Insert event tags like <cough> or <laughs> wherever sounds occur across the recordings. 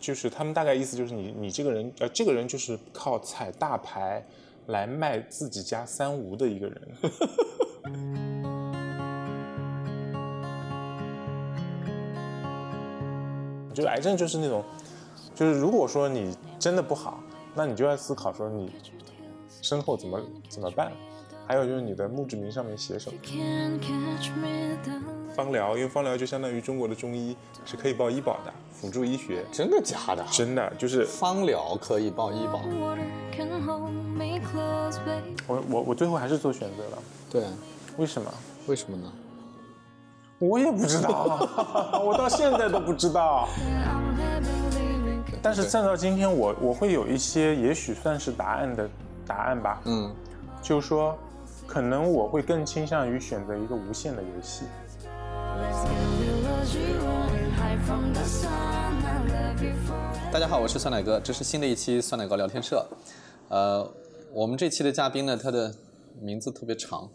就是他们大概意思就是你你这个人呃这个人就是靠踩大牌来卖自己家三无的一个人。 <laughs> 就癌症就是那种，就是如果说你真的不好，那你就要思考说你身后怎么怎么办，还有就是你的墓志铭上面写什么。芳疗，因为芳疗就相当于中国的中医，是可以报医保的，辅助医学。真的假的？真的就是芳疗可以报医保？我我我最后还是做选择了，对，为什么？为什么呢？我也不知 <laughs> 道，我到现在都不知道。 <laughs> 但是站到今天我，我会有一些也许算是答案的答案吧，嗯，就是说，可能我会更倾向于选择一个无限的游戏。大家好，我是酸奶哥，这是新的一期酸奶哥聊天社。呃，我们这期的嘉宾呢，他的名字特别长，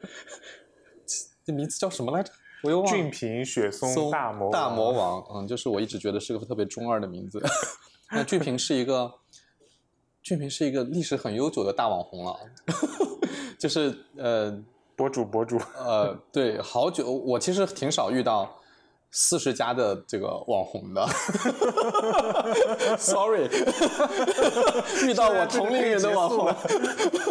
<laughs> 这名字叫什么来着？我又忘了俊。平、雪松、松大魔王大魔王，嗯，就是我一直觉得是个特别中二的名字。 <laughs> 那俊平是一个，俊平是一个历史很悠久的大网红了， <laughs> 就是呃博主、博主，呃，对，好久我其实挺少遇到四十加的这个网红的，sorry，遇到我同龄人的网红。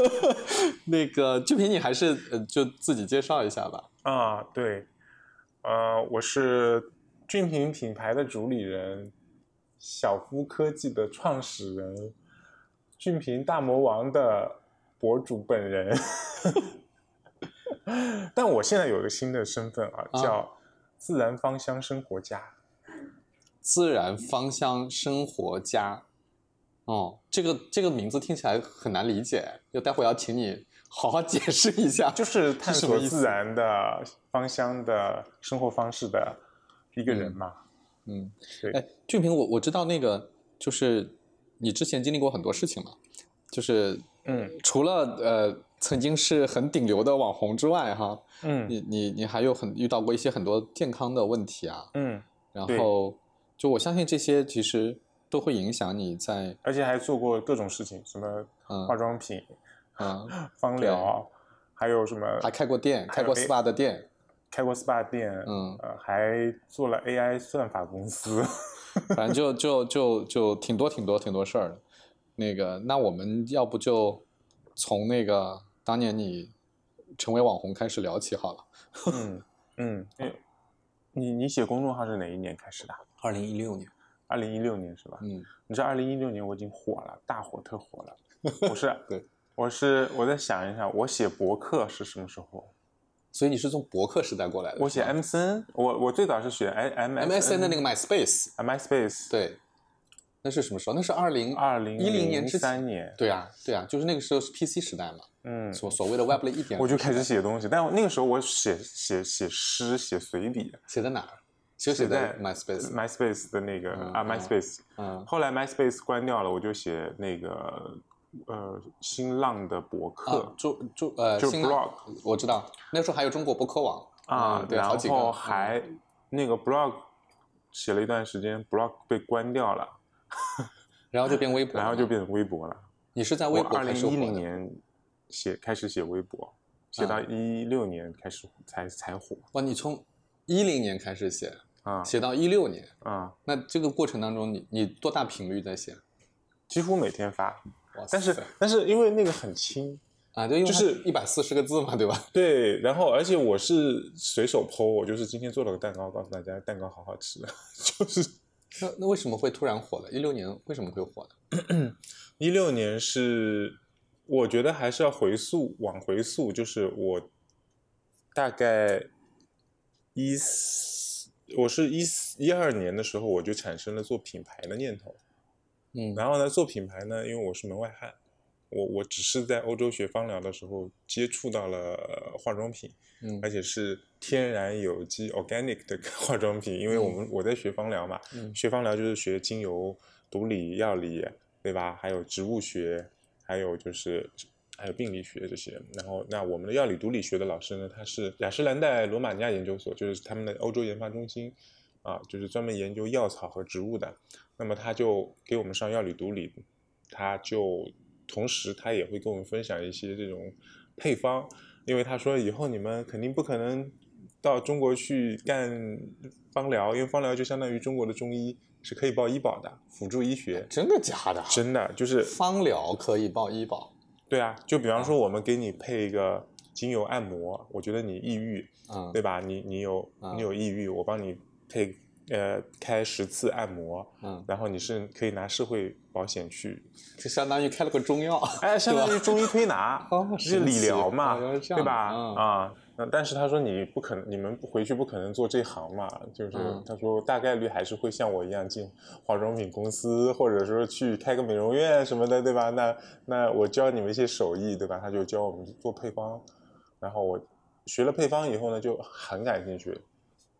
<laughs> 那个俊平，你还是呃就自己介绍一下吧。啊，对，呃，我是俊平品牌的主理人，小夫科技的创始人，俊平大魔王的博主本人。 <laughs> 但我现在有一个新的身份啊，啊叫自然芳香生活家。自然芳香生活家。哦，这个这个名字听起来很难理解，就待会儿要请你好好解释一下。就是探什索么意思自然的芳香的生活方式的一个人嗯嘛。嗯，对哎，俊平，我我知道那个就是你之前经历过很多事情嘛，就是嗯除了呃曾经是很顶流的网红之外哈，嗯你你你还有很遇到过一些很多健康的问题啊，嗯，然对后就我相信这些其实都会影响你在而且还做过各种事情，什么嗯化妆品、嗯芳疗，还有什么还开过店，还开有过没 SPA 的店。开过 SPA 店，嗯呃，还做了 AI 算法公 <laughs> 司。反正就就就就挺多挺多挺多事儿的。那个，那我们要不就从那个当年你成为网红开始聊起好了。嗯嗯， <laughs> 哎你你写公众号是哪一年开始的？二零一六年，二零一六年是吧？嗯，你知道二零一六年我已经火了，大火特火了。我是 <laughs> 对，我是我在想一想，我写博客是什么时候？所以你是从博客时代过来的。我写 M C N，我我最早是写 M MSN 的那个嗯 MySpace， MySpace，对，那是什么时候？那是二零二零一零年之前三。年，对啊，对啊，就是那个时候是 PC 时代嘛，嗯，所所谓的 Web 的一点，我就开始写东西，但我那个时候我写写写诗，写随笔写在哪儿？就写写在在 MySpace。 ，MySpace 的那个嗯啊嗯 MySpace，嗯后来 MySpace 关掉了，我就写那个呃新浪的博啊客，就就呃，嗯就是新浪 blog 我知道，那时候还有中国博客网啊嗯，对，然好几个，后嗯还那个 blog 写了一段时间，blog 被关掉了，然后就变微博了然嘛，后就变成微博了。你是在嗯微我博二开零始火嗯一的零年写开始写微博，写到一六年开始才才火哇，你从一零年开始写，啊写到一六年，啊，那这个过程当中你，你多大频率在写？几乎每天发，哇塞但是但是因为那个很轻，啊，对，因为就是一百四十个字嘛，对吧？对，然后而且我是随手剖，我就是今天做了个蛋糕，告诉大家蛋糕好好吃，就是那那为什么会突然火了？一六年为什么会火呢？一六年是，我觉得还是要回溯，往回溯，就是我大概一四，我是一四一二年的时候，我就产生了做品牌的念头。嗯然后呢，做品牌呢，因为我是门外汉，我我只是在欧洲学芳疗的时候接触到了呃化妆品，嗯而且是天然有机 organic 的 <laughs> 化妆品，因为我们、我在学芳疗嘛，嗯学芳疗就是学精油、毒理、药理，对吧？还有植物学，还有就是还有病理学这些。然后，那我们的药理毒理学的老师呢，他是雅诗兰黛罗马尼亚研究所，就是他们的欧洲研发中心啊、啊，就是专门研究药草和植物的。那么他就给我们上药理毒理，他就同时他也会跟我们分享一些这种配方，因为他说以后你们肯定不可能到中国去干芳疗，因为芳疗就相当于中国的中医是可以报医保的，辅助医学。嗯真的假的？真的就是芳疗可以报医保对啊，就比方说我们给你配一个精油按摩，我觉得你抑郁，啊、对吧？你你有啊你有抑郁，我帮你配呃开十次按摩，嗯，然后你是可以拿社会保险去，就相当于开了个中药。，<laughs> 哎，相当于中医推拿哦是理疗嘛，神奇哦原来是这样对吧？嗯啊、那但是他说你不可能，你们回去不可能做这行嘛，就是嗯他说大概率还是会像我一样进化妆品公司，或者说去开个美容院什么的，对吧？那那我教你们一些手艺，对吧？他就教我们做配方，然后我学了配方以后呢，就很感兴趣，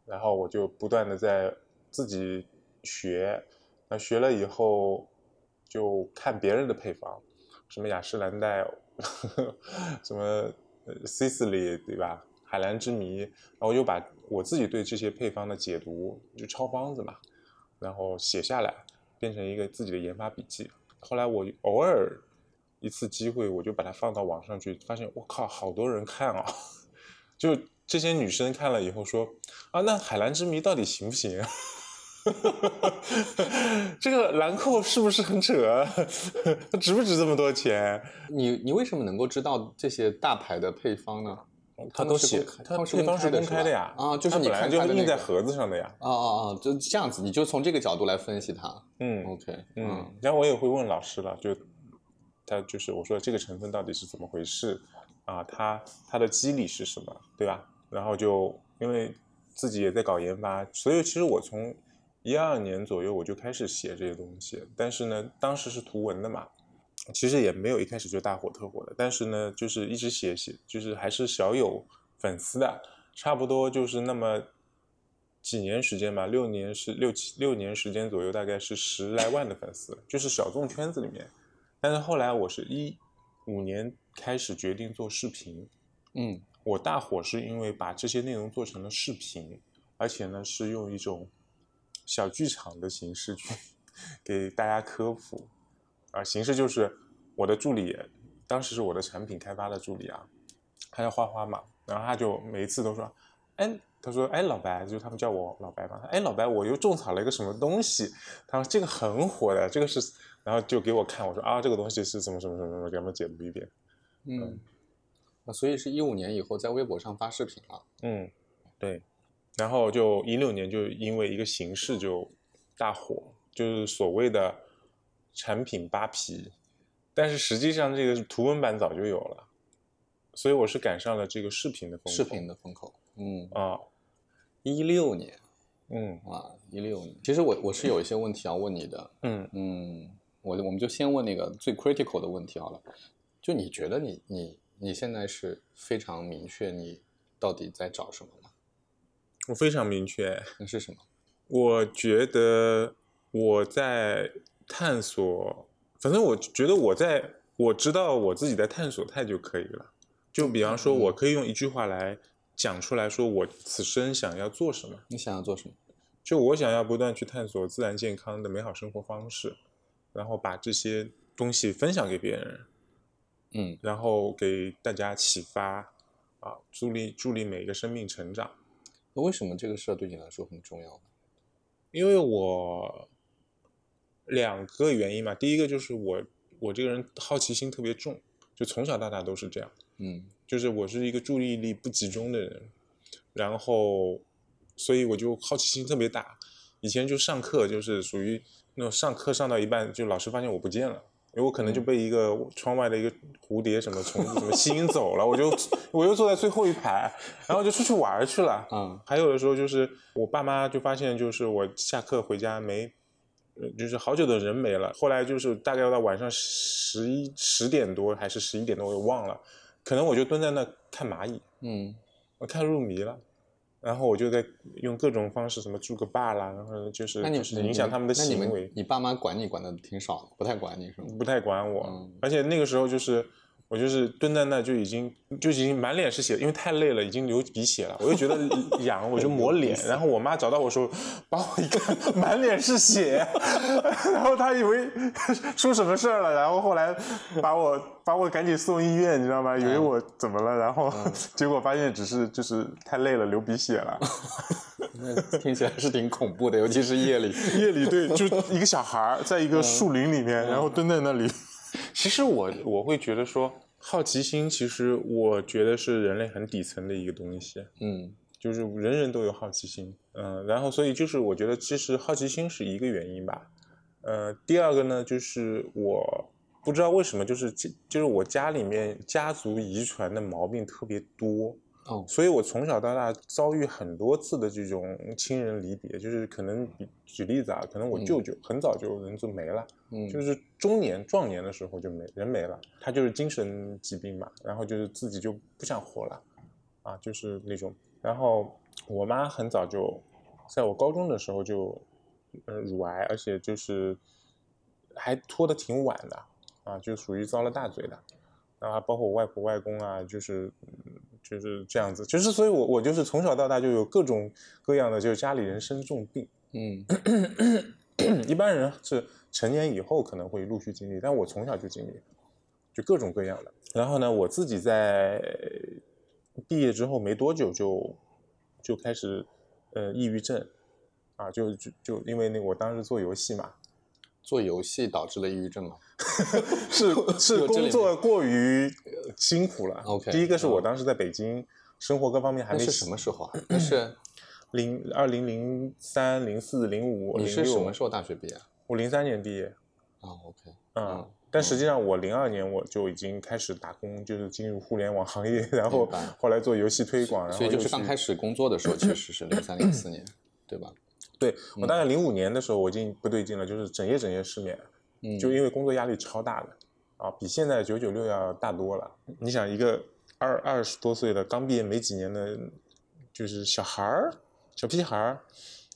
然后我就不断的在自己学，那学了以后就看别人的配方，什么雅诗兰黛， <laughs> 什么呃 Sicily 对吧？海蓝之谜，然后我就把我自己对这些配方的解读，就抄方子嘛，然后写下来，变成一个自己的研发笔记。后来我偶尔一次机会，我就把它放到网上去，发现我靠，好多人看哦， <laughs> 就这些女生看了以后说啊，那海蓝之谜到底行不行？ <laughs> 这个兰蔻是不是很扯？它 <laughs> 值不值这么多钱？你你为什么能够知道这些大牌的配方呢？它他都们是写，公它开他们是配公方是开的公是开的吧呀，啊就是它你本来看就它的印那在个盒子上的呀，哦哦哦，就这样子，你就从这个角度来分析它。嗯 OK，嗯，，然后我也会问老师了，就他就是我说这个成分到底是怎么回事啊？它它的机理是什么，对吧？然后就因为自己也在搞研发，所以其实我从一二年左右我就开始写这些东西，但是呢，当时是图文的嘛，其实也没有一开始就大火特火的，但是呢，就是一直写写，就是还是小有粉丝的，差不多就是那么。几年时间吧，六年是六七六年时间左右，大概是十来万的粉丝，就是小众圈子里面。但是后来我是一五年开始决定做视频，嗯我大火是因为把这些内容做成了视频，而且呢是用一种小剧场的形式去给大家科普，啊，形式就是我的助理，当时是我的产品开发的助理啊，他叫花花嘛，然后他就每一次都说，哎，他说哎老白，就是他们叫我老白嘛，哎老白我又种草了一个什么东西，他说这个很火的，这个是，然后就给我看，我说啊这个东西是什么什么什么什么，给他们解读一遍，嗯，啊所以是一五年以后在微博上发视频了。嗯，对，然后就一六年就因为一个形式就大火，就是所谓的产品扒皮，但是实际上这个图文版早就有了，所以我是赶上了这个视频的风口。视频的风口。嗯，啊，一六年嗯啊，一六年。其实我我是有一些问题要问你的。嗯嗯，我我们就先问那个最 critical 的问题好了。就你觉得你你你现在是非常明确你到底在找什么吗？我非常明确，那是什么？我觉得我在探索，反正我觉得我在我知道我自己在探索态就可以了。就比方说，嗯我可以用一句话来讲出来说我此生想要做什么。你想要做什么？就我想要不断去探索自然健康的美好生活方式，然后把这些东西分享给别人，嗯然后给大家启发，啊，助力助力每一个生命成长。那为什么这个事儿对你来说很重要呢？因为我两个原因嘛，第一个就是我我这个人好奇心特别重，就从小到大都是这样，嗯就是我是一个注意力不集中的人，然后所以我就好奇心特别大。以前就上课就是属于那种上课上到一半，就老师发现我不见了。因为我可能就被一个窗外的一个蝴蝶什么虫子什么吸引走了，我就 <laughs> 我又坐在最后一排，然后就出去玩儿去了。啊还有的时候就是我爸妈就发现，就是我下课回家没，呃就是好久的人没了。后来就是大概要到晚上十一十点多还是十一点多，我也忘了，可能我就蹲在那看蚂蚁，嗯我看入迷了。然后我就在用各种方式，什么住个坝啦，然后就是那你就是影响他们的那行你为们，你爸妈管你管的挺少的，不太管你是吗？不太管我。嗯而且那个时候就是我就是蹲在那就已经就已经满脸是血，因为太累了，已经流鼻血了，我就 <laughs> 觉得痒，我就抹脸。然后我妈找到我说，把我一看满脸是血， <laughs> 然后她以为出什么事儿了，然后后来把我把我赶紧送医院，你知道吗？以为我怎么了，然后 <laughs> 结果发现只是就是太累了，流鼻血 <laughs> 了。那听起来是挺恐怖的，尤其是夜里。夜里对，就一个小孩儿在一个树林里面，然后蹲在那里。 <laughs> 其实我我会觉得说，好奇心其实我觉得是人类很底层的一个东西，嗯就是人人都有好奇心，嗯、然后所以就是我觉得其实好奇心是一个原因吧，呃，第二个呢就是我不知道为什么就是家就是我家里面家族遗传的毛病特别多，哦所以我从小到大遭遇很多次的这种亲人离别，就是可能比举例子啊，可能我嗯舅舅很早就人就没了。嗯，就是中年壮年的时候就没人没了，他就是精神疾病嘛，然后就是自己就不想活了，啊，就是那种。然后我妈很早就，在我高中的时候就，呃，乳癌，而且就是还拖得挺晚的，啊，就属于遭了大罪的。啊，包括我外婆外公啊，就是嗯就是这样子，就是所以我我就是从小到大就有各种各样的，就是家里人生重病。<clears throat> 嗯一般人是成年以后可能会陆续经历，但我从小就经历，就各种各样的。然后呢，我自己在毕业之后没多久就就开始呃抑郁症啊，就就就因为那我当时做游戏 <laughs> 嘛，做游戏导致了抑郁症了。 <laughs> 是是有这里工面作过于呃辛苦了。 OK，第一个是我嗯当时在北京。生活各方面还那没是什么时候啊？<clears throat> 那是零二零零三零四零五你零是什么六，时候大学毕业啊？我零三年毕业，啊，OK，嗯嗯，但实际上我零二年我就已经开始打工，就是进入互联网行业，然后明白后来做游戏推广，然后所以就又是刚去开始工作的时候，其实是零三零四年，对吧？对我大概零五年的时候我已经不对劲了，就是整夜整夜失眠，嗯，就因为工作压力超大的啊，比现在九九六要大多了。你想一个二二十多岁的刚毕业没几年的，就是小孩儿、小屁孩儿，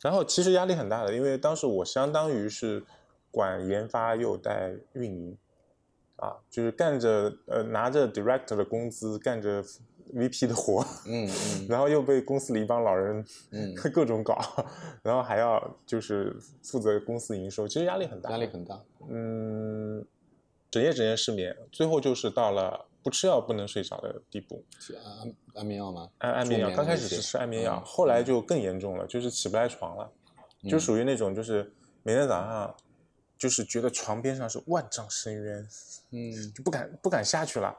然后其实压力很大的，因为当时我相当于是管研发又带运营，啊，就是干着呃拿着 director 的工资，干着 VP 的活，嗯嗯然后又被公司里一帮老人嗯， <laughs> 各种搞，然后还要就是负责公司营收，其实压力很大，压力很大。嗯，整夜整夜失眠，最后就是到了不吃药不能睡着的地步。是安安眠药吗？安安眠助药，眠刚的开那始些是吃安眠药，嗯后来就更严重了，就是起不来床了，就嗯属于那种就是每天早上就是觉得床边上是万丈深渊，嗯，就不敢不敢下去了。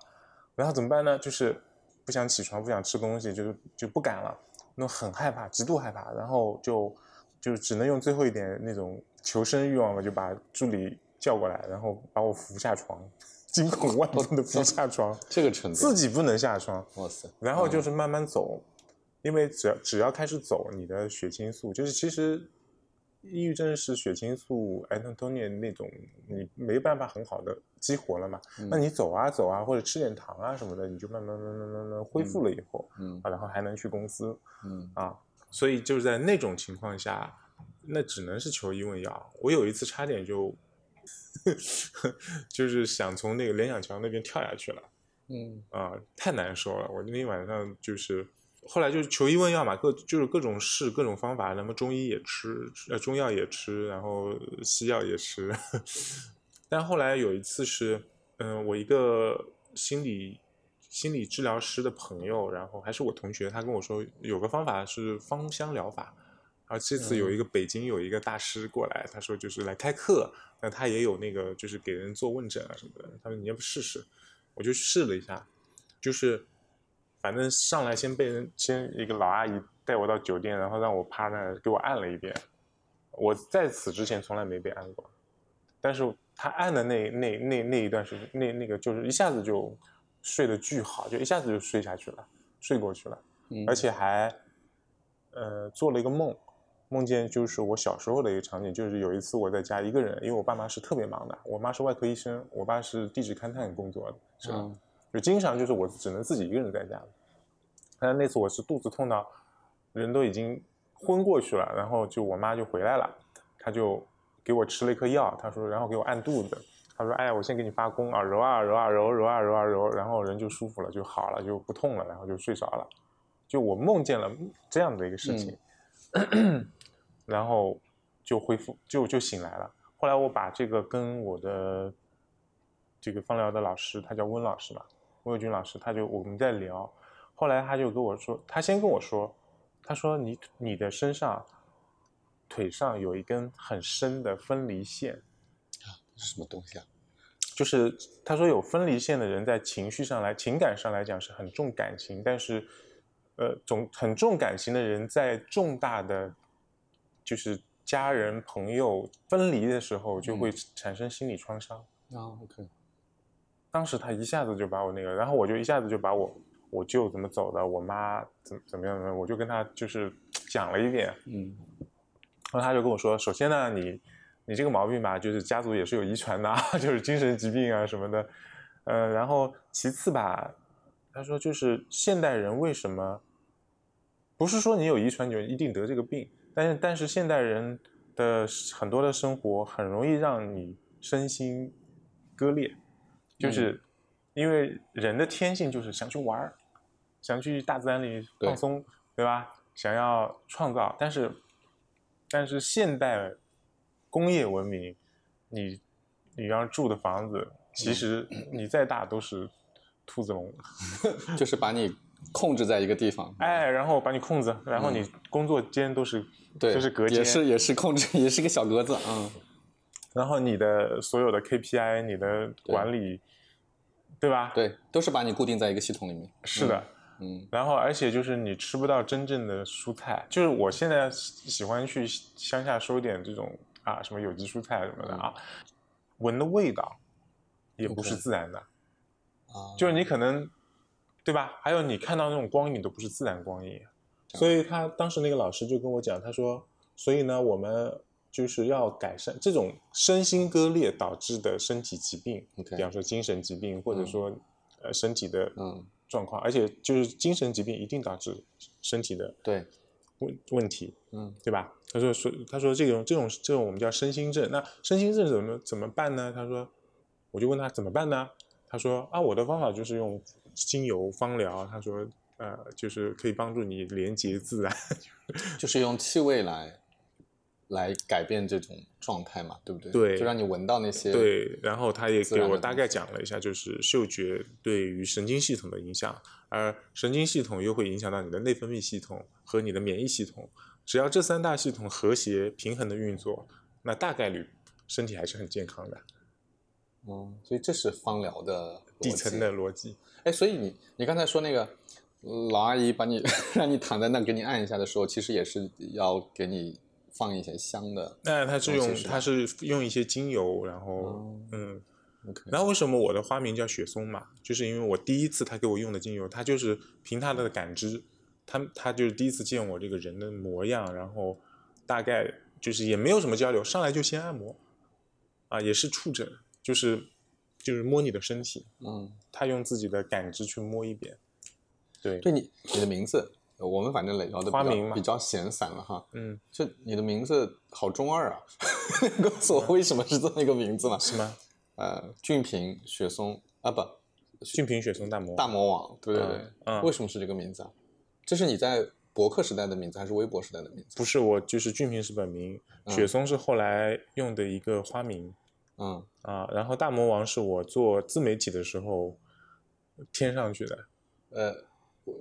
然后怎么办呢？就是不想起床，不想吃东西，就是就不敢了，那种很害怕，极度害怕。然后就就只能用最后一点那种求生欲望吧，就把助理叫过来，然后把我扶下床，惊恐万状的扶下床，这个程自度，己不能下床。哇塞，然后就是慢慢走，因为只要只要开始走，你的血清素就是其实抑郁症是血清素 antonia 那种你没办法很好的激活了嘛，那嗯你走啊走啊，或者吃点糖啊什么的，你就慢慢慢慢慢慢恢复了以后、嗯啊，然后还能去公司嗯啊，所以就是在那种情况下，那只能是求医问药。我有一次差点就 <laughs> 就是想从那个联想桥那边跳下去了。嗯啊、太难受了。我那天晚上就是，后来就是求医问药嘛，各就是各种试各种方法，那么中医也吃，呃，中药也吃，然后西药也吃。 <laughs> 但后来有一次是，嗯、我一个心理心理治疗师的朋友，然后还是我同学，他跟我说有个方法是芳香疗法。然后这次有一个北京有一个大师过来，他说就是来开课，那他也有那个就是给人做问诊啊什么的。他说你要不试试，我就试了一下，就是反正上来先被人先一个老阿姨带我到酒店，然后让我趴那儿给我按了一遍。我在此之前从来没被按过，但是她按的那那那那一段时间，那那个就是一下子就睡得巨好，就一下子就睡下去了，睡过去了。嗯，而且还呃做了一个梦，梦见就是我小时候的一个场景，就是有一次我在家一个人，因为我爸妈是特别忙的，我妈是外科医生，我爸是地质勘探工作的，是吧？嗯就经常就是我只能自己一个人在家。但是那次我是肚子痛到人都已经昏过去了，然后就我妈就回来了，她就给我吃了一颗药，她说然后给我按肚子，他说：“哎呀，我先给你发功啊，揉啊揉啊揉，揉啊揉啊揉，然后人就舒服了，就好了，就不痛了，然后就睡着了。”就我梦见了这样的一个事情， <clears throat> 然后就恢复，就就醒来了。后来我把这个跟我的这个放疗的老师，他叫温老师嘛，温友军老师，他就我们在聊，后来他就跟我说，他先跟我说，他说你你的身上腿上有一根很深的分离线，是什么东西啊？就是他说有分离线的人，在情绪上来、情感上来讲是很重感情，但是，呃，总很重感情的人，在重大的就是家人、朋友分离的时候，就会产生心理创伤。啊，OK，当时他一下子就把我那个，然后我就一下子就把我我舅怎么走的，我妈怎么怎么样的，我就跟他就是讲了一遍，嗯，然后他就跟我说，首先呢，你你这个毛病吧，就是家族也是有遗传的、啊， <laughs> 就是精神疾病啊什么的，呃，然后其次吧，他说就是现代人为什么不是说你有遗传就一定得这个病，但是但是现代人的很多的生活很容易让你身心割裂，就是因为人的天性就是想去玩儿，想去大自然里对放松，对吧？想要创造，但是但是现代工业文明，你你要住的房子，其实嗯你再大都是兔子笼，就是把你控制在一个地方，哎，然后把你控制，然后你工作间都是、嗯对，就是隔间，也是也是控制，也是个小格子，嗯，然后你的所有的 KPI，你的管理，对吧？，对，都是把你固定在一个系统里面，是的。嗯，然后，而且就是你吃不到真正的蔬菜，就是我现在喜喜欢去乡下收点这种啊什么有机蔬菜什嗯么的啊，闻的味道也不是 OK 自然的，啊，就是你可能，对吧？还有你看到那种光影都不是自然光影，所以他当时那个老师就跟我讲，他说，所以呢，我们就是要改善这种身心割裂导致的身体疾病 OK 比方说精神疾病，或者嗯说、呃身体的嗯，状况，而且就是精神疾病一定导致身体的对，问问题，嗯对吧？他说说，他说这种这种这种我们叫身心症，那身心症怎么怎么办呢？他说，我就问他怎么办呢？他说啊，我的方法就是用精油芳疗。他说，呃，就是可以帮助你连接自然。就是用气味来来改变这种状态嘛，对不对？对就让你闻到那些，对，然后他也自给然的我东大概讲了一下，就是嗅觉对于神经系统的影响，而神经系统又会影响到你的内分泌系统和你的免疫系统。只要这三大系统和谐平衡的运作，那大概率身体还是很健康的。嗯，所以这是芳疗的逻辑底层的逻辑。哎，所以你你刚才说那个呃老阿姨把你 <laughs> 让你躺在那给你按一下的时候，其实也是要给你放一些香的。那它是东西用是吧它是用一些精油，然后哦嗯， ，OK，然后为什么我的花名叫雪松嘛？就是因为我第一次他给我用的精油，他就是凭他的感知，他他就是第一次见我这个人的模样，然后大概就是也没有什么交流，上来就先按摩，啊，也是触诊，就是就是摸你的身体，嗯，他用自己的感知去摸一遍，对，对你你的名字，呃我们反正聊的比花较名嘛比较闲散了哈。嗯，就你的名字好中二啊！ <laughs> 告诉我为什么是这么一个名字嘛？是吗？呃，俊平、雪松啊，不，俊平雪松大魔大魔王，对对对。嗯为什么是这个名字啊？这是你在博客时代的名字，还是微博时代的名字？不是我，就是俊平是本名，嗯雪松是后来用的一个花名。嗯，啊，然后大魔王是我做自媒体的时候添上去的。呃，我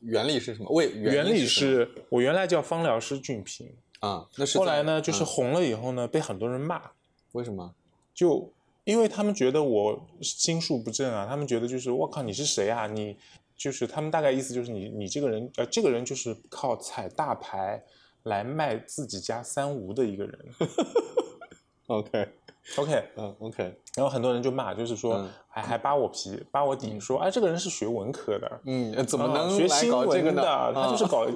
原理是什么？为原理是什么是我原来叫芳疗师俊平，啊，那是后在来呢，就是嗯红了以后呢，被很多人骂，为什么？就因为他们觉得我心术不正啊，他们觉得就是我靠，你是谁啊？你就是他们大概意思就是你你这个人呃，这个人就是靠踩大牌来卖自己家三无的一个人。 OK， OK，嗯，OK，然后很多人就骂，就是说、嗯还还扒我皮扒我底，说哎这个人是学文科的，嗯，呃怎么啊能学来新搞这个闻呢？的？他就是啊搞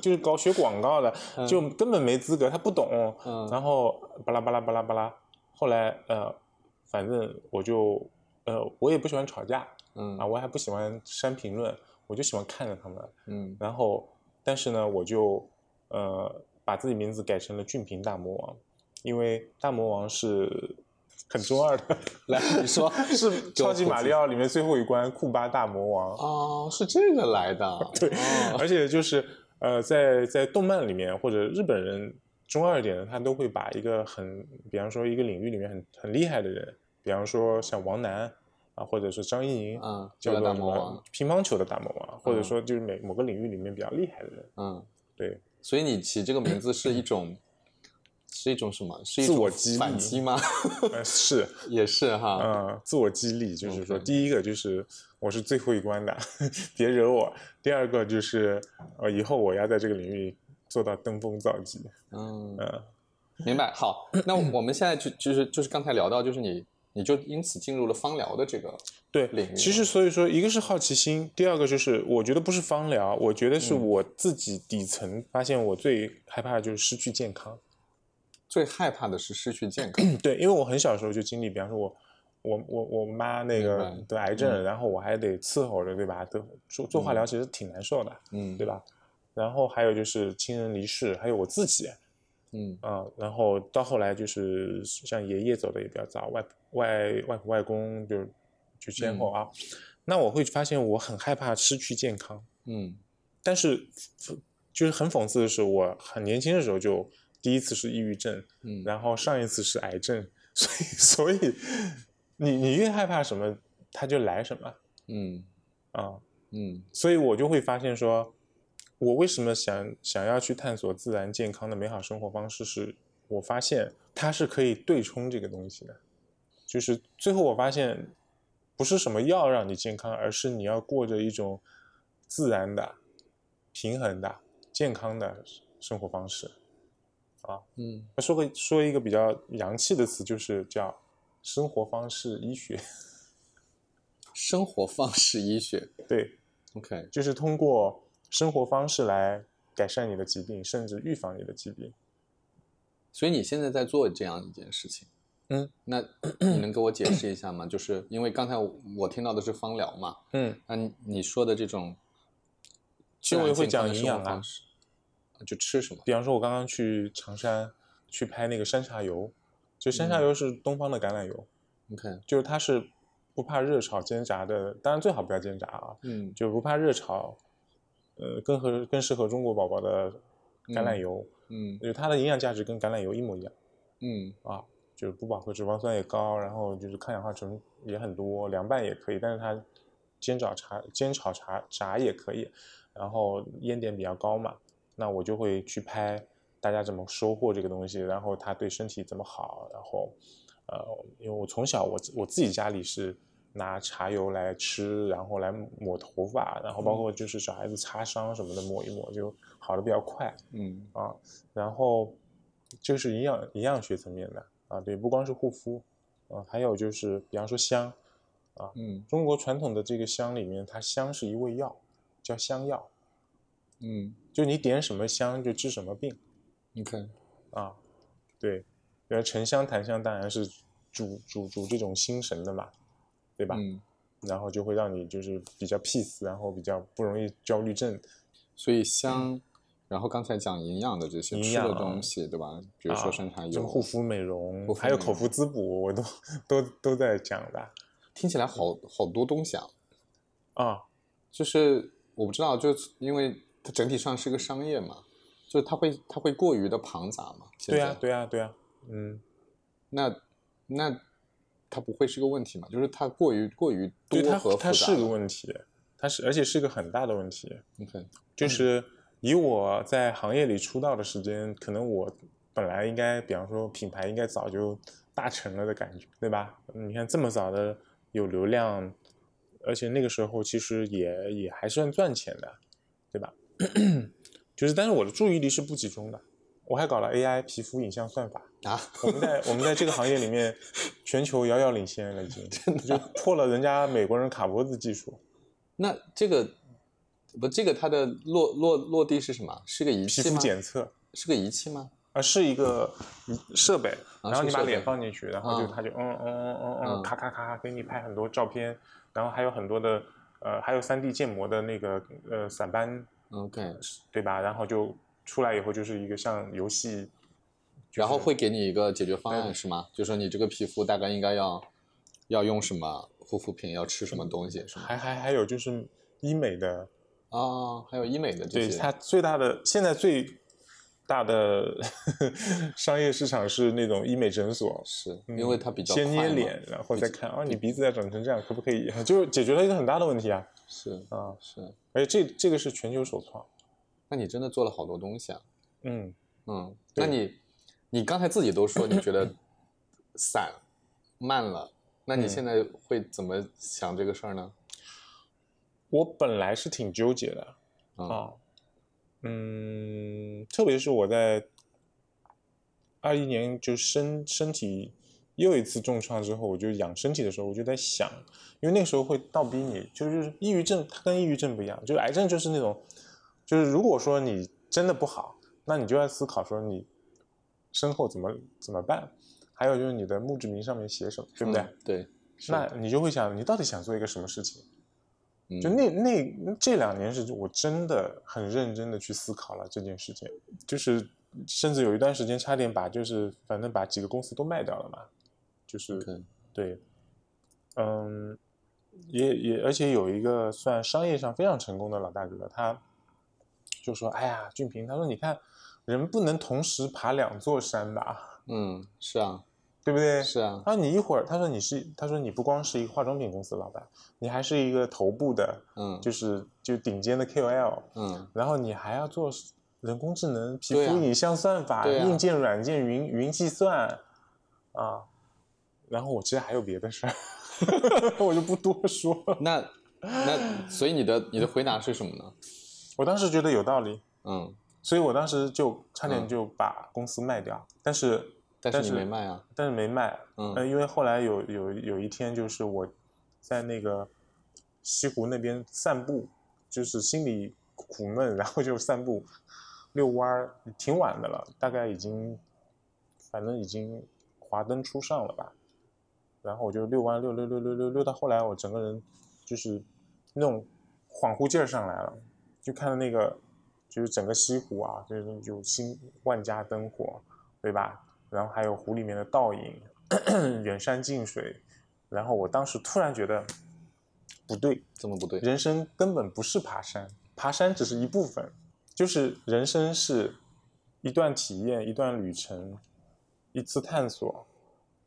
就是搞学广告的，就根本没资格，他不懂。 <laughs> 嗯然后巴拉巴拉巴拉巴拉，后来呃，反正我就呃，我也不喜欢吵架啊，嗯我还不喜欢删评论，我就喜欢看着他们。嗯然后，但是呢，我就呃把自己名字改成了俊平大魔王，因为大魔王是很中二的，来，你说 <laughs> 是《<laughs> 给我超级普马及里奥》里面最后一关库巴大魔王。哦，是这个来 <laughs> 的，啊哦对，而且就是呃，在在动漫里面或者日本人中二一点的，他都会把一个很，比方说一个领域里面很很厉害的人，比方说像王楠啊，或者是张怡宁，嗯，这叫个做大什魔么王，乒乓球的大魔王，或者嗯说就是每某个领域里面比较厉害的人，嗯，对，所以你起这个名字是一种，是一种什么？是一自种我激励反击吗？ <laughs> 呃是，也是哈，嗯，自我激励就是说， OK 第一个就是我是最后一关的， <laughs> 别惹我；第二个就是呃，以后我要在这个领域做到登峰造极。嗯，嗯明白。好，那我们现在就就是就是刚才聊到，就是你你就因此进入了芳疗的这个，对领域，其实所以说，一个是好奇心，第二个就是我觉得不是芳疗，我觉得是嗯我自己底层发现我最害怕的就是失去健康。 <clears throat> 最害怕的是失去健康。对，因为我很小时候就经历，比方说我我我我妈那个明得癌症，嗯然后我还得伺候着，对吧？都做做化疗其实挺难受的，嗯对吧？然后还有就是亲人离世，还有我自己，嗯啊，然后到后来就是像爷爷走的也比较早，外婆外外婆外公就就先后啊，那我会发现我很害怕失去健康，嗯但是就是很讽刺的是，我很年轻的时候就第一次是抑郁症，嗯，然后上一次是癌症，所以所以你你越害怕什么，它就来什么嗯啊，嗯所以我就会发现说，我为什么想想要去探索自然健康的美好生活方式是，我发现它是可以对冲这个东西的，就是最后我发现，不是什么药让你健康，而是你要过着一种自然的、平衡的、健康的生活方式。嗯，说个说一个比较洋气的词，就是叫生活方式医学。 <laughs> 生活方式医学对， ，OK，就是通过生活方式来改善你的疾病，甚至预防你的疾病。所以你现在在做这样一件事情，嗯，那你能给我解释一下吗？就是因为刚才我我听到的是芳疗嘛，嗯，那你你说的这种，其实我也会讲营养啊方式，就吃什么？比方说，我刚刚去长山去拍那个山茶油，就山嗯茶油是东方的橄榄油， OK，就是它是不怕热炒煎炸的，当然最好不要煎炸啊，嗯就不怕热炒，呃，更合更适合中国宝宝的橄榄嗯油，嗯就是它的营养价值跟橄榄油一模一样。嗯啊，就是不饱和脂肪酸也高，然后就是抗氧化成也很多，凉拌也可以，但是它煎炒茶煎炒茶炸也可以，然后烟点比较高嘛，那我就会去拍大家怎么收获这个东西，然后它对身体怎么好，然后呃，因为我从小我自我自己家里是。拿茶油来吃，然后来抹头发，然后包括就是小孩子擦伤什么的抹一抹就好的比较快。嗯啊，然后这个是营养营养学层面的啊，对，不光是护肤，啊，还有就是比方说香，嗯中国传统的这个香里面，它香是一味药，叫香药，嗯就你点什么香就治什么病，OK，啊，对，然后沉香、檀香当然是主主主这种心神的嘛，对吧？嗯，然后就会让你就是比较 peace，然后比较不容易焦虑症，所以香，然后刚才讲营养的这些营吃养的啊东西，对吧？比如啊说山茶什油，么护肤美容，哎护肤还有美口容服滋补，我都 <laughs> 都都在讲的听起来好好多东西啊。啊。就是我不知道，就是因为它整体上是个商业嘛，就是它会它会过于的庞杂嘛。现对在呀，对呀，对呀，嗯，那那它不会是个问题嘛？就是它过于过于对多它和复杂它了。是个问题，它是而且是个很大的问题。 OK，就是以我在行业里出道的时间，可能我本来应该，比方说品牌应该早就大成了的感觉，对吧？你看这么早的有流量，而且那个时候其实也也还算赚钱的，对吧？ <coughs> 就是但是我的注意力是不集中的，我还搞了 AI 皮肤影像算法。啊，我们在我们在这个行业里 <laughs> 面，全球遥遥领先了，已经就破了人家美国人卡脖子技术，那这个不，这个它的落落落地是什么？是个仪皮器肤吗？检测是个仪器吗？啊是一个设备，啊然后是你把设备脸放进去，然后就啊它就嗯嗯嗯嗯嗯嗯，咔咔咔给你拍很多照片，然后还有很多的呃还有 3D 建模的那个呃散斑 OK，对吧？然后就出来以后就是一个像游戏然后会给你一个解决方案是吗？就说你这个皮肤大概应该要要用什么护肤品，要吃什么东西是吗？还还还有就是医美的，啊、还有医美的这对些，它最大的现在最大的 <laughs> 商业市场是那种医美诊所，是嗯因为它比较先捏快嘛脸，然后再看啊，你鼻子要长成这样，可不可以？ <laughs> 就是解决了一个很大的问题啊是啊！是。而且这这个是全球首创，那你真的做了好多东西啊，嗯，嗯，对那你你刚才自己都说你觉得散慢了，那你嗯现在会怎么想这个事儿呢？我本来是挺纠结的嗯啊，嗯，特别是我在二一年就身身体又一次重创之后，我就养身体的时候，我就在想，因为那个时候会倒逼你，就是抑郁症，它跟抑郁症不一样，就是癌症就是那种，就是如果说你真的不好，那你就要思考说你身后怎么怎么办，还有就是你的墓志铭上面写什么，对不对？嗯对，是那你就会想，你到底想做一个什么事情？嗯就那那这两年是我真的很认真的去思考了这件事情，就是甚至有一段时间差点把就是反正把几个公司都卖掉了嘛，就是对对，嗯，也也而且有一个算商业上非常成功的老大哥，他就说：“哎呀，俊平，他说你看人不能同时爬两座山吧，嗯，是啊，对不对？”是啊，他说你一会儿，他说你是，他说你不光是一个化妆品公司的老板，你还是一个头部的，嗯就是就顶尖的 KOL，嗯，然后你还要做人工智能、皮对啊肤影像算法、对啊硬件、软件、云云计算啊。然后我其实还有别的事儿， <laughs> 我就不多说了。 <laughs> 那那所以你的你的回答是什么呢？我当时觉得有道理，嗯，所以我当时就差点嗯就把公司卖掉，但是但是但你是没卖啊，但是没卖，呃，嗯因为后来有有有一天，就是我在那个西湖那边散步，就是心里苦闷，然后就散步遛弯儿，挺晚的了，大概已经反正已经华灯初上了吧。然后我就遛弯遛遛遛遛遛遛到后来，我整个人就是那种恍惚劲儿上来了，就看到那个就是整个西湖啊，就是有星万家灯火，对吧？然后还有湖里面的倒影， <coughs> 远山近水。然后我当时突然觉得不对，这么不对，人生根本不是爬山，爬山只是一部分，就是人生是一段体验、一段旅程、一次探索。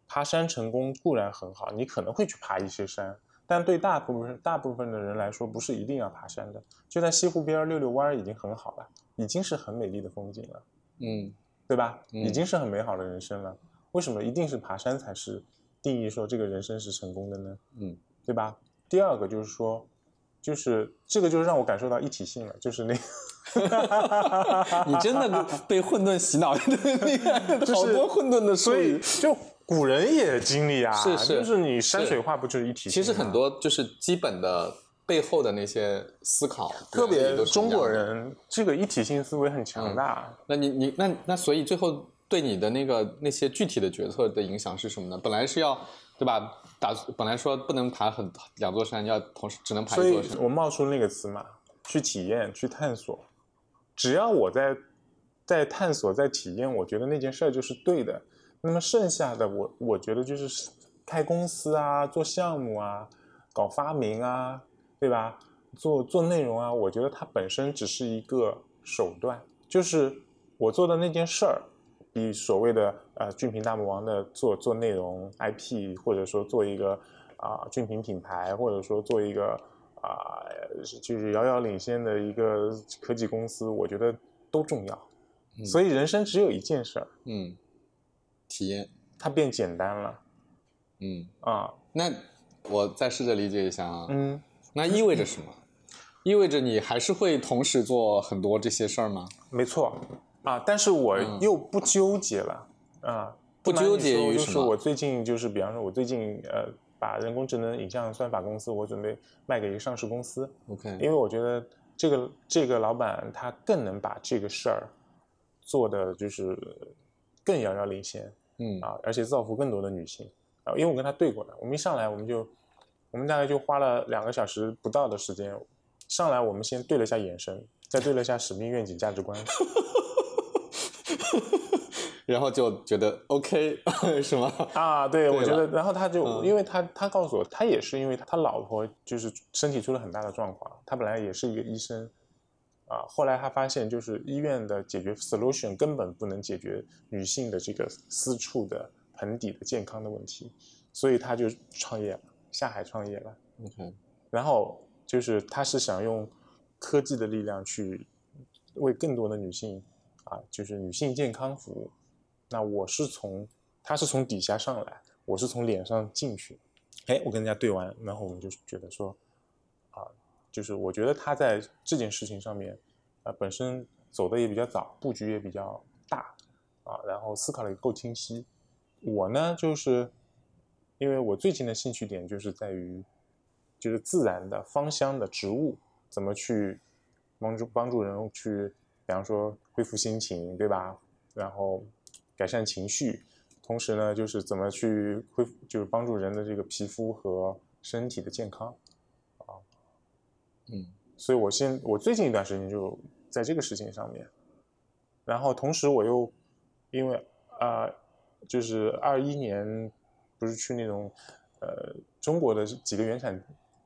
爬山成功固然很好，你可能会去爬一些山，但对大部分大部分的人来说，不是一定要爬山的。就在西湖边儿遛遛弯儿已经很好了，已经是很美丽的风景了。嗯对吧？嗯已经是很美好的人生了，为什么一定是爬山才是定义说这个人生是成功的呢？嗯，对吧？第二个就是说，就是这个就是让我感受到一体性了，就是那 <laughs> 个，你真的被混沌洗脑，你 <laughs> 看就是好多混沌的术所以语。就古人也经历啊，是是就是你山水画不就是一体性其吗？实很多就是基本的背后的那些思考，特原理别都是一中国样的。人这个一体性思维很强大，那你你那那所以最后对你的那个那些具体的决策的影响是什么呢？本来是要对吧？打本来说不能爬很两座山，要同时只能爬所一座以山。我冒出那个词嘛，去体验，去探索。只要我在在探索，在体验，我觉得那件事儿就是对的。那么剩下的我，我觉得就是开公司啊，做项目啊，搞发明啊，对吧？做做内容啊，我觉得它本身只是一个手段，就是我做的那件事儿，比所谓的呃俊平大魔王的做做内容 IP，或者说做一个啊、俊平品牌，或者说做一个啊、就是遥遥领先的一个科技公司，我觉得都重要。嗯所以人生只有一件事儿，嗯，体验它变简单了嗯，啊，那我再试着理解一下啊，嗯，那意味着什么？意味着你还是会同时做很多这些事儿吗？没错啊，但是我嗯又不纠结了啊，不瞒你纠结说于就什是么我最近就是，比方说，我最近呃，把人工智能影像算法公司，我准备卖给一个上市公司，因 OK，为我觉得这个这个老板他更能把这个事儿做的就是更遥遥领先嗯啊，而且造福更多的女性啊。因为我跟他对过了，我们一上来我们就我们大概就花了两个小时不到的时间，上来我们先对了一下眼神，再对了一下使命、愿景、价值观，然后就觉得 OK <laughs> 是吗？啊，对，我对觉吧得，然后他就，嗯因为他他告诉我，他也是因为他老婆就是身体出了很大的状况，他本来也是一个医生，啊，后来他发现就是医院的解决 solution 根本不能解决女性的这个私处的盆底的健康的问题，所以他就创业了，下海创业了。 OK，然后就是他是想用科技的力量去为更多的女性啊，就是女性健康服务。那我是从他是从底下上来，我是从脸上进去。哎，我跟人家对完，然后我们就觉得说，啊，就是我觉得他在这件事情上面，啊，本身走的也比较早，布局也比较大，啊，然后思考的也够清晰。我呢，就是因为我最近的兴趣点就是在于，就是自然的芳香的植物怎么去帮助帮助人去，比方说恢复心情，对吧？然后改善情绪，同时呢，就是怎么去恢复，就是帮助人的这个皮肤和身体的健康。啊嗯，所以我现我最近一段时间就在这个事情上面，然后同时我又因为啊、呃就是二一年不是去那种呃中国的几个原产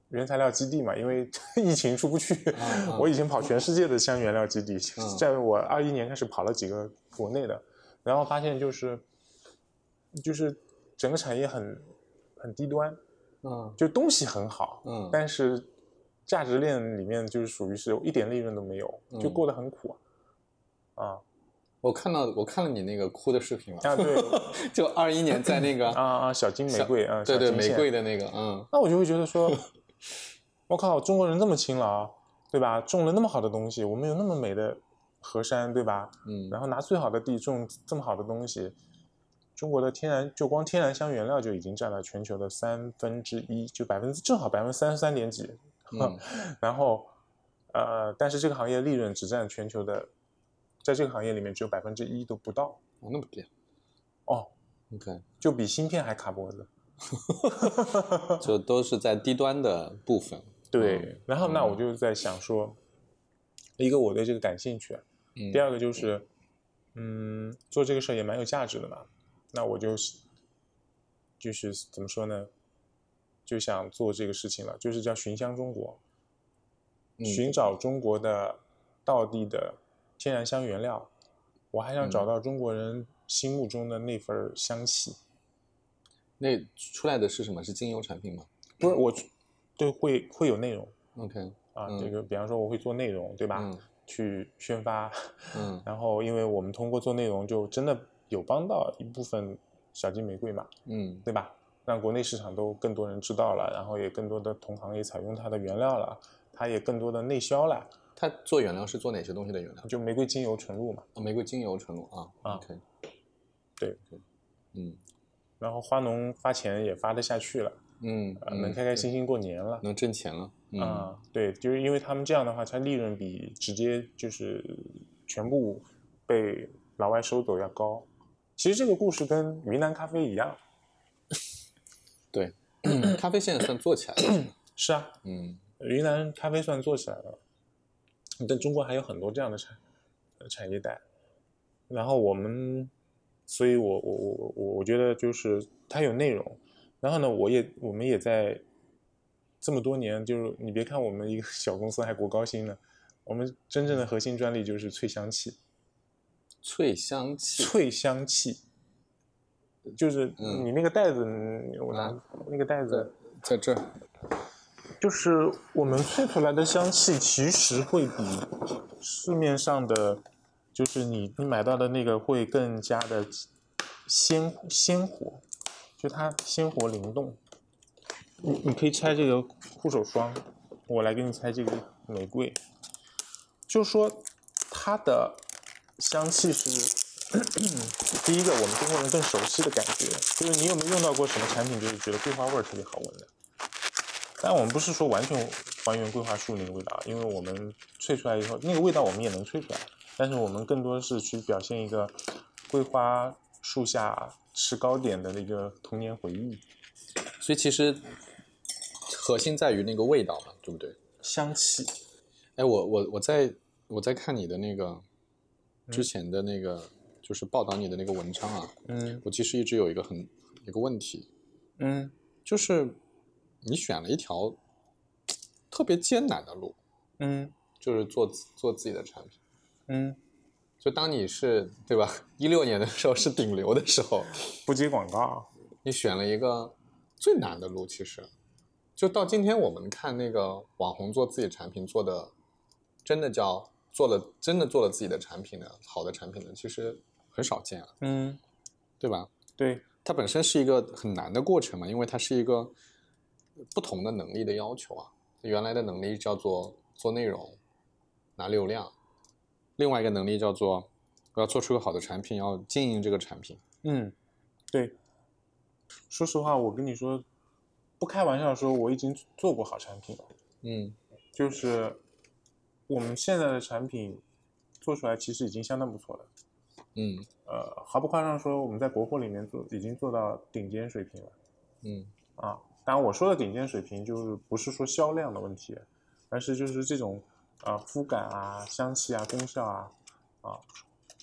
原材料基地嘛，因为 <laughs> 疫情出不去，嗯嗯我以前跑全世界的香原料基地，嗯在我二一年开始跑了几个国内的，然后发现就是就是整个产业很很低端，嗯就东西很好，嗯但是价值链里面就是属于是一点利润都没有，就嗯过得很苦啊。我看到我看了你那个哭的视 <laughs> 频了，啊， <laughs> 对就二一年在那 <laughs> 个、啊啊，小金玫瑰啊，对小对金玫线瑰的那个，嗯那我就会觉得 <laughs> 说，我靠，中国人这么勤劳，对吧？种了那么好的东西，我们有那么美的河山，对吧？嗯然后拿最好的地种这么好的东西，中国的天然就光天然香原料就已经占了全球的三分之一，就百分之正好百分之三十三点几。嗯然后，呃，但是这个行业利润只占全球的，在这个行业里面只有百分之一都不到哦那么这样哦， ，OK，就比芯片还卡脖子。嗯就都是在低端的部分，对，然后那嗯我就在想说，一个我对这个感兴趣，啊嗯第二个就是，嗯，做这个事儿也蛮有价值的嘛。那我就是，就是怎么说呢，就想做这个事情了，就是叫寻香中国，嗯寻找中国的道地的天然香原料。我还想找嗯到中国人心目中的那份儿香气，那出来的是什么？是精油产品吗不是我，对会会有内容？OK，啊，嗯这个比方说我会做内容，对吧？嗯去宣发，嗯然后因为我们通过做内容，就真的有帮到一部分小金玫瑰嘛，嗯对吧？让国内市场都更多人知道了，然后也更多的同行也采用它的原料了，它也更多的内销了，它做原料是做哪些东西的原料？就玫瑰精油纯露嘛。哦玫瑰精油纯露啊啊，OK，对，OK，嗯然后花农发钱也发得下去了，嗯呃，嗯能开开心心过年了。能挣钱了，嗯啊、对，就是因为他们这样的话，它利润比直接就是全部被老外收走要高。其实这个故事跟云南咖啡一样，对， <coughs> 咖啡现在算做起来了，是啊，嗯云南咖啡算做起来了，但中国还有很多这样的产呃产业带。然后我们，所以我我我我我我觉得就是它有内容。然后呢，我也我们也在这么多年，就是你别看我们一个小公司还国高薪呢，我们真正的核心专利就是萃香器，脆香气，萃香器。就是嗯你那个袋子，嗯我拿啊那个袋子，在这儿，就是我们萃出来的香气，其实会比市面上的，就是你你买到的那个会更加的鲜鲜活，就它鲜活灵动。你你可以拆这个护手霜，我来给你拆这个玫瑰，就说它的香气是。第一个，我们中国人更熟悉的感觉，就是你有没有用到过什么产品，就是觉得桂花味儿特别好闻的？但我们不是说完全还原桂花树那个味道啊，因为我们萃出来以后，那个味道我们也能萃出来，但是我们更多是去表现一个桂花树下吃糕点的那个童年回忆，所以其实核心在于那个味道嘛，对不对？香气。哎，我我我在我在看你的那个之前的那个，就就是报道你的那个文章啊，嗯我其实一直有一个很一个问题，嗯就是你选了一条特别艰难的路，嗯就是做自做自己的产品。嗯，就当你是对吧？一六年的时候是顶流的时候，不接广告，啊你选了一个最难的路，其实就到今天我们看那个网红做自己产品做的，真的叫做了真的做了自己的产品的好的产品的，其实很少见啊，嗯，对吧？对，它本身是一个很难的过程嘛，因为它是一个不同的能力的要求啊。原来的能力叫做做内容、拿流量，另外一个能力叫做我要做出个好的产品，要经营这个产品。嗯，对。说实话，我跟你说，不开玩笑说，我已经做过好产品了，嗯就是我们现在的产品做出来，其实已经相当不错了。嗯呃，毫不夸张说，我们在国货里面做已经做到顶尖水平了嗯啊。当然，我说的顶尖水平就是不是说销量的问题，但是就是这种啊、肤感啊、香气啊、功效啊啊，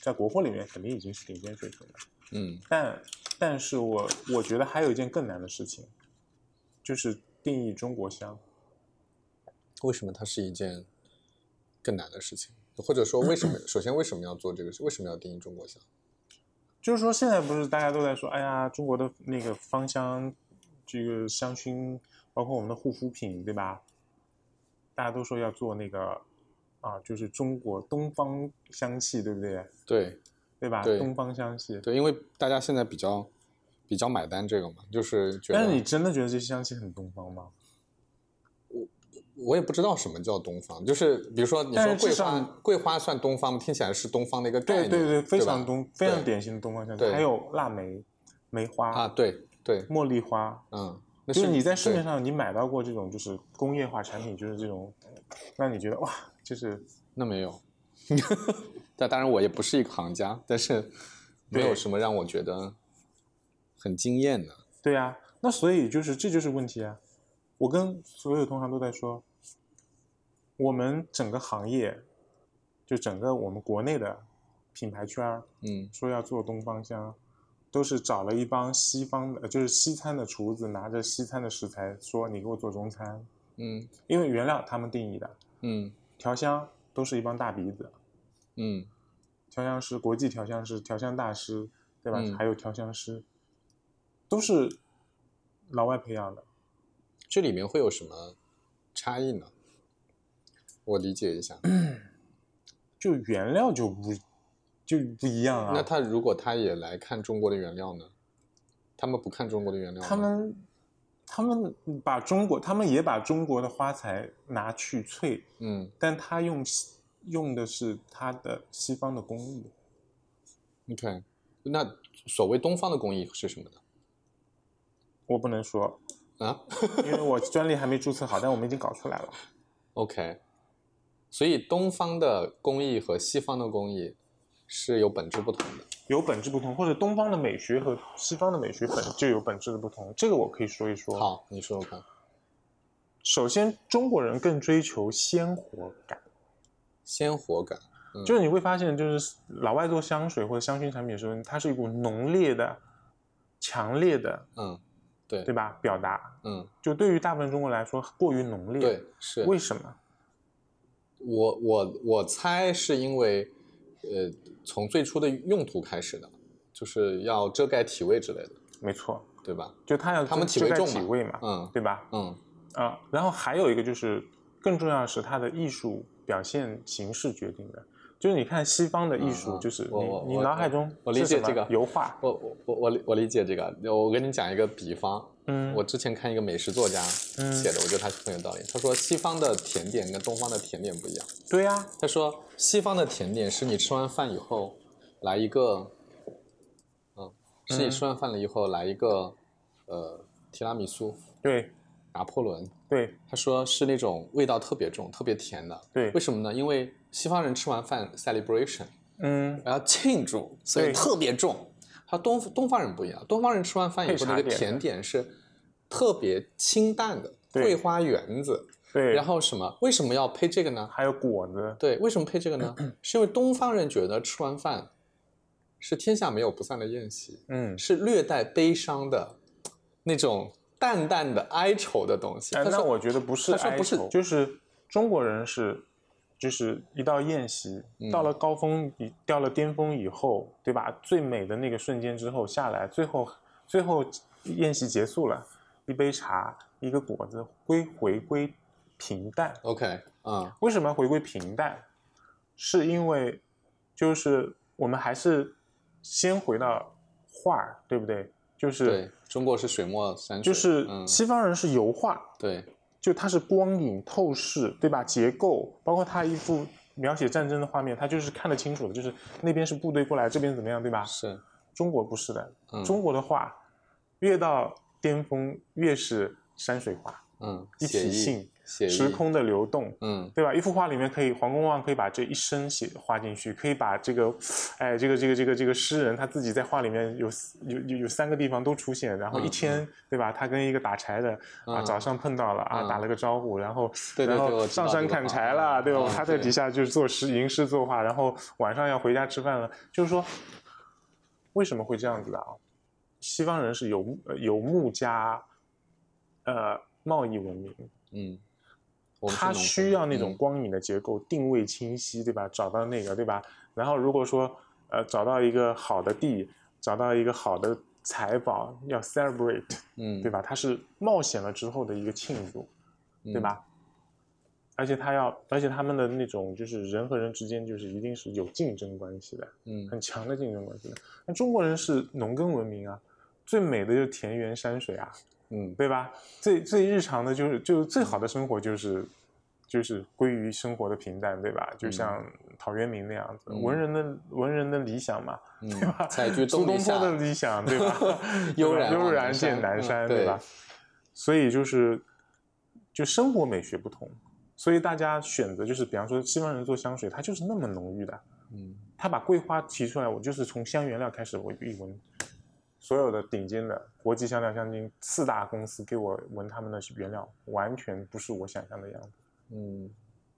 在国货里面肯定已经是顶尖水平了。嗯但但是我我觉得还有一件更难的事情，就是定义中国香。为什么它是一件更难的事情？或者说，为 <clears throat> 什么？首先，为什么要做这个事？为什么要定义中国香？就是说，现在不是大家都在说，哎呀，中国的那个芳香，这个香薰，包括我们的护肤品，对吧？大家都说要做那个啊，就是中国东方香气，对不对？对对吧？对东方香气。对，因为大家现在比较比较买单这个嘛，就是觉得但是你真的觉得这些香气很东方吗？我也不知道什么叫东方，就是比如说你但说是桂至少花，桂花算东方吗？听起来是东方的一个对概念，对对，非吧常东，非常对典型的东方香气。对还有腊梅、梅花、啊，对对，茉莉花，嗯，那就是你在市对面上你买到过这种就是工业化产品，就是这种让你觉得哇，就是那没 <laughs> 有，但当然我也不是一个行家，但是没有对什么让我觉得很惊艳的，对呀、那所以就是这就是问题啊！我跟所有同行都在说，我们整个行业，就整个我们国内的品牌圈儿嗯说要做东方香，都是找了一帮西方的，呃就是西餐的厨子，拿着西餐的食材说你给我做中餐，嗯因为原料他们定义的，嗯调香都是一帮大鼻子，嗯调香师、国际调香师、调香大师，对吧？嗯还有调香师，都是老外培养的。这里面会有什么差异呢？我理解一下，嗯就原料就不就不一样啊。那他如果他也来看中国的原料呢？他们不看中国的原料吗，他们他们把中国，他们也把中国的花材拿去萃，嗯，但他用西用的是他的西方的工艺， OK，那所谓东方的工艺是什么呢？我不能说，啊因为我专利还没注册好，但我们已经搞出来了。 ，OK，所以东方的工艺和西方的工艺是有本质不同的。有本质不同，或者东方的美学和西方的美学本就有本质的不同，这个我可以说一说。，好，你说说看，首先中国人更追求鲜活感，鲜活感，嗯就是你会发现，就是老外做香水或者香薰产品的时候，它是一股浓烈的、强烈的，嗯，对，对吧？表达嗯，就对于大部分中国人来说过于浓烈。对，，是为什么？我我我猜是因为，呃，从最初的用途开始的，就是要遮盖体味之类的，没错，对吧？就它要他们体遮味盖重体味嘛，嗯对吧？嗯啊，然后还有一个就是更重要的是它的艺术表现形式决定的。就是你看西方的艺嗯术，嗯就是你、我我你我脑海中我理是什解这么个油画，我我我我理我理解这个，我跟你讲一个比方，嗯，我之前看一个美食作家嗯写的，我觉得他很有道理。他说西方的甜点跟东方的甜点不一样。对呀、他说西方的甜点是你吃完饭以后来一个，嗯，是你嗯吃完饭了以后来一个，呃，提拉米苏、对拿破仑。对他说是那种味道特别重、特别甜的。对为，什么呢？因为西方人吃完饭 celebration，嗯，然后庆祝，所以对特别重。他东东方人不一样，东方人吃完饭以后配那茶个点的甜点是特别清淡的，对桂花圆子，对，然后什么？为什么要配这个呢？还有果子，对，为什么配这个呢？是因为东方人觉得吃完饭是天下没有不散的宴席，嗯，是略带悲伤的那种淡淡的哀愁的东西。哎，他但说我觉得不是他说哀不是愁就是中国人是，就是一到宴席，嗯到了高峰，以到了巅峰以后，对吧？最美的那个瞬间之后下来，最后最后宴席结束了，一杯茶，一个果子，归回归平淡。 OK，嗯为什么要回归平淡？是因为就是我们还是先回到画儿，对不对？就是对，中国是水墨山水，就是嗯，西方人是油画，对，就它是光影透视，对吧？结构，包括它一幅描写战争的画面，它就是看得清楚的，就是那边是部队过来，这边怎么样，对吧？是，中国不是的，嗯，中国的画越到巅峰越是山水画，嗯，一写体意性，写意时，空的流动。嗯对吧？一幅画里面可以，黄公望可以把这一生写画进去，可以把这个，哎，这个这个这个这个诗人他自己在画里面有有有有三个地方都出现，然后一嗯天，对吧？他跟一个打柴的啊嗯早上碰到了啊，嗯打了个招呼，然后对然对对我后知上道这山个砍画柴了，对吧？嗯他在对底下就是做诗吟诗作画，然后晚上要回家吃饭了，就是说为什么会这样子的啊？西方人是游牧呃游牧加呃贸易文明，嗯，我们是它农需村要那种嗯光影的结构，定位清晰，对吧？找到那个，对吧？然后如果说呃找到一个好的地，找到一个好的财宝，要 celebrate，嗯，对吧？它是冒险了之后的一个庆祝，嗯对吧？而且他要，而且他们的那种就是人和人之间就是一定是有竞争关系的，嗯？嗯，很强的竞争关系的。那中国人是农耕文明啊，最美的就是田园山水啊，嗯，对吧？最最日常的就是，就是最好的生活就是，就是归于生活的平淡，对吧？就像陶渊明那样子，嗯文人的文人的理想嘛，嗯对吧？<laughs> 采菊苏东东篱坡下，？的理想，对吧 <laughs> 对吧悠然 <laughs> 悠望然南见山南嗯山，对对吧？所以就是，就生活美学不同，所以大家选择就是，比方说西方人做香水，它就是那么浓郁的，嗯他把桂花提出来，我就是从香原料开始，我一闻，所有的顶尖的国际香料香精四大公司给我闻他们的原料，完全不是我想象的样子，嗯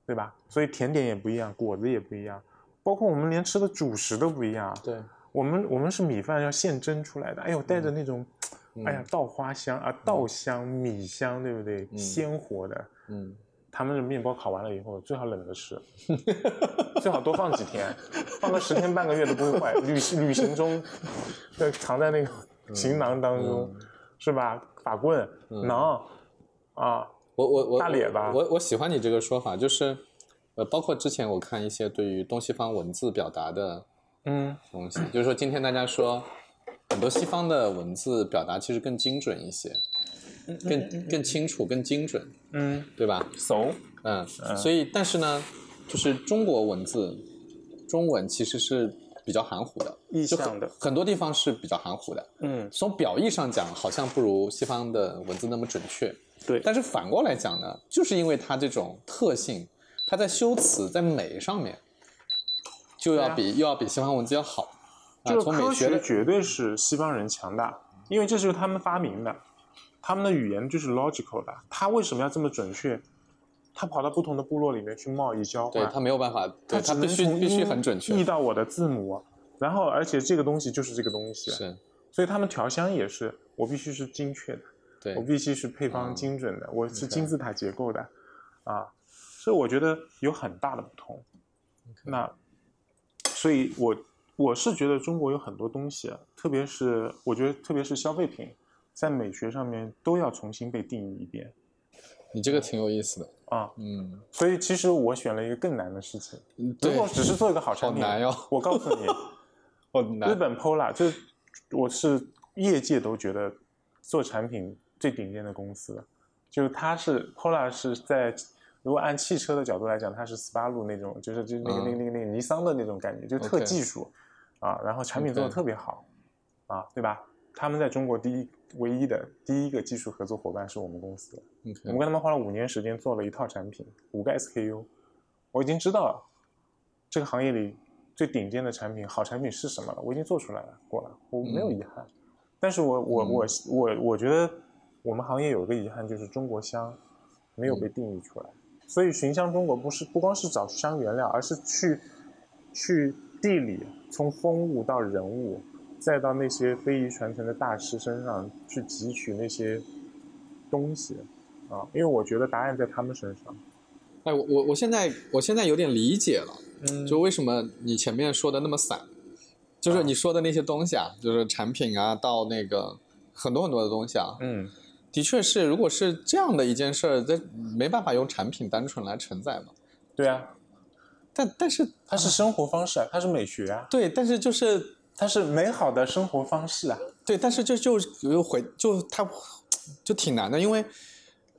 对吧？所以甜点也不一样，果子也不一样，包括我们连吃的主食都不一样。对，我们我们是米饭要现蒸出来的，哎呦，带着那种，嗯哎呀，稻花香啊，稻香、米香，对不对？嗯鲜活的。嗯，他们的面包烤完了以后，最好冷着吃，最好多放几天，放个十天半个月都不会坏。旅行旅行中，呃，藏在那个行囊当中，是吧？法棍、嗯馕啊，我我我大咧吧我我我喜欢你这个说法，就是呃，包括之前我看一些对于东西方文字表达的嗯东西，就是说今天大家说很多西方的文字表达其实更精准一些，更更清楚、更精准，嗯，对吧？熟，嗯，所以但是呢，就是中国文字，中文其实是比较含糊的，意就象很啊的很多地方是比较含糊的。嗯，从表意上讲，好像不如西方的文字那么准确。对但是反过来讲呢，就是因为它这种特性，它在修辞、在美上面，就要比、又要比西方文字要好。啊，啊就是从科美学学的绝对是西方人强大，因为这就是他们发明的，他们的语言就是 logical 的。他为什么要这么准确？他跑到不同的部落里面去贸易交对换，它没有办法，对只它必能须从必须音很准译确。到我的字母，啊然后而且这个东西就是这个东西，是，所以他们调香也是，我必须是精确的，对我，必须是配嗯方精准的，我是 OK 金字塔结构的，啊，所以我觉得有很大的不同。那，所以我我是觉得中国有很多东西，啊特别是我觉得特别是消费品，在美学上面都要重新被定义一遍你这个挺有意思的。啊。嗯，所以其实我选了一个更难的事情，如对，果只是做一个好好产品，难哟哦我告诉你。好日难。本 Pola 就是我是业界都觉得做产品最顶尖的公司了，就是它是 Pola 是在如果按汽车的角度来讲，它是斯巴鲁那种，就是就是那个、嗯那个那个那个尼桑的那种感觉，就是特 OK 技术啊，然后产品做的 OK 特别好啊，对吧？他们在中国第一唯一的第一个技术合作伙伴是我们公司，我们 OK，跟他们花了五年时间做了一套产品，五个 SKU。我已经知道这个行业里最顶尖的产品、好产品是什么了，我已经做出来了，过了，我没有嗯遗憾。但是我我嗯我我我觉得我们行业有一个遗憾，就是中国香没有被嗯定义出来。所以寻香中国不是不光是找香原料，而是去去地理，从风物到人物，再到那些非遗传承的大师身上去汲取那些东西啊，因为我觉得答案在他们身上。哎，我我我现在我现在有点理解了，嗯就为什么你前面说的那么散，就是你说的那些东西啊，就是产品啊，到那个很多很多的东西啊，嗯，的确是，如果是这样的一件事儿，这没办法用产品单纯来承载嘛。对啊，但但是它是生活方式啊，它是美学啊，对，但是就是它是美好的生活方式啊。对，但是这就又回就它就挺难的，因为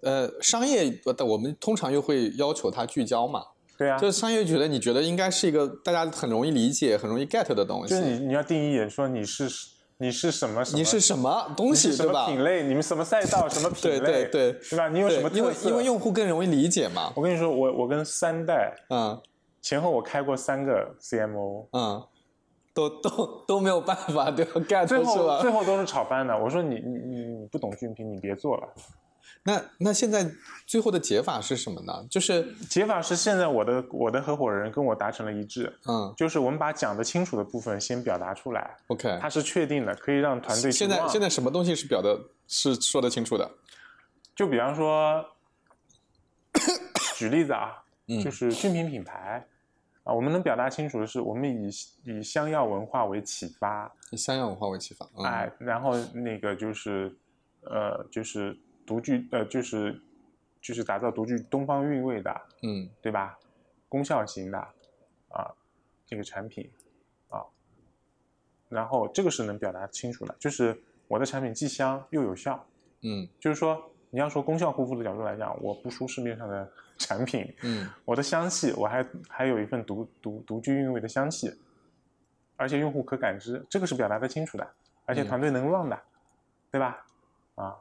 呃，商业呃我们通常又会要求它聚焦嘛，对啊，就是商业觉得你觉得应该是一个大家很容易理解、很容易 get 的东西。就是你你要定义说你是你是什么什么，你是什么你东西是什对么吧？品类，你们什么赛道，什么品对类，对对对吧？你有对，什么特色？因为因为用户更容易理解嘛。我跟你说，我我跟三代嗯前后我开过三个 CMO，嗯，都都都没有办法对吧？get 最哦是后吧最？后都是炒翻的。我说你你你你不懂俊平，你别做了。那那现在最后的解法是什么呢？就是解法是现在我的我的合伙人跟我达成了一致，嗯就是我们把讲得清楚的部分先表达出来， ，OK，它是确定的，可以让团队去现在忘现在什么东西是表的是说得清楚的？就比方说，举例子啊，嗯就是俊平品牌啊，我们能表达清楚的是，我们以以香药文化为启发，以三样文化为启发。嗯、哎，然后那个就是，呃，就是独具，呃，就是就是打造独具东方韵味的，嗯，对吧？功效型的啊，这个产品啊，然后这个是能表达清楚的，就是我的产品既香又有效，嗯就是说你要说功效护肤的角度来讲，我不输市面上的产品，嗯我的香气我还还有一份独独独具韵味的香气，而且用户可感知，这个是表达的清楚的，而且嗯团队能忘的，对吧？啊，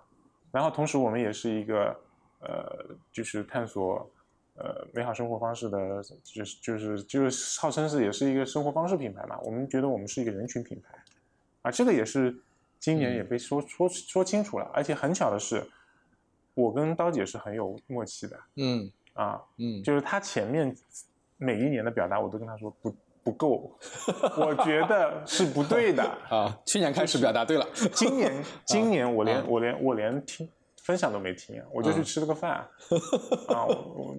然后同时我们也是一个呃，就是探索呃美好生活方式的，就是就是就是号称是也是一个生活方式品牌嘛，我们觉得我们是一个人群品牌，啊，这个也是今年嗯也被说、说说清楚了，而且很巧的是，我跟刀姐是很有默契的嗯啊，嗯，就是他前面每一年的表达，我都跟他说不不够， <laughs> 我觉得是不对的。啊，去年开始表达对了。 <laughs> 今嗯年今年我连、啊我连我连听分享都没听，啊我就去嗯吃了个 <laughs> 饭、啊。我我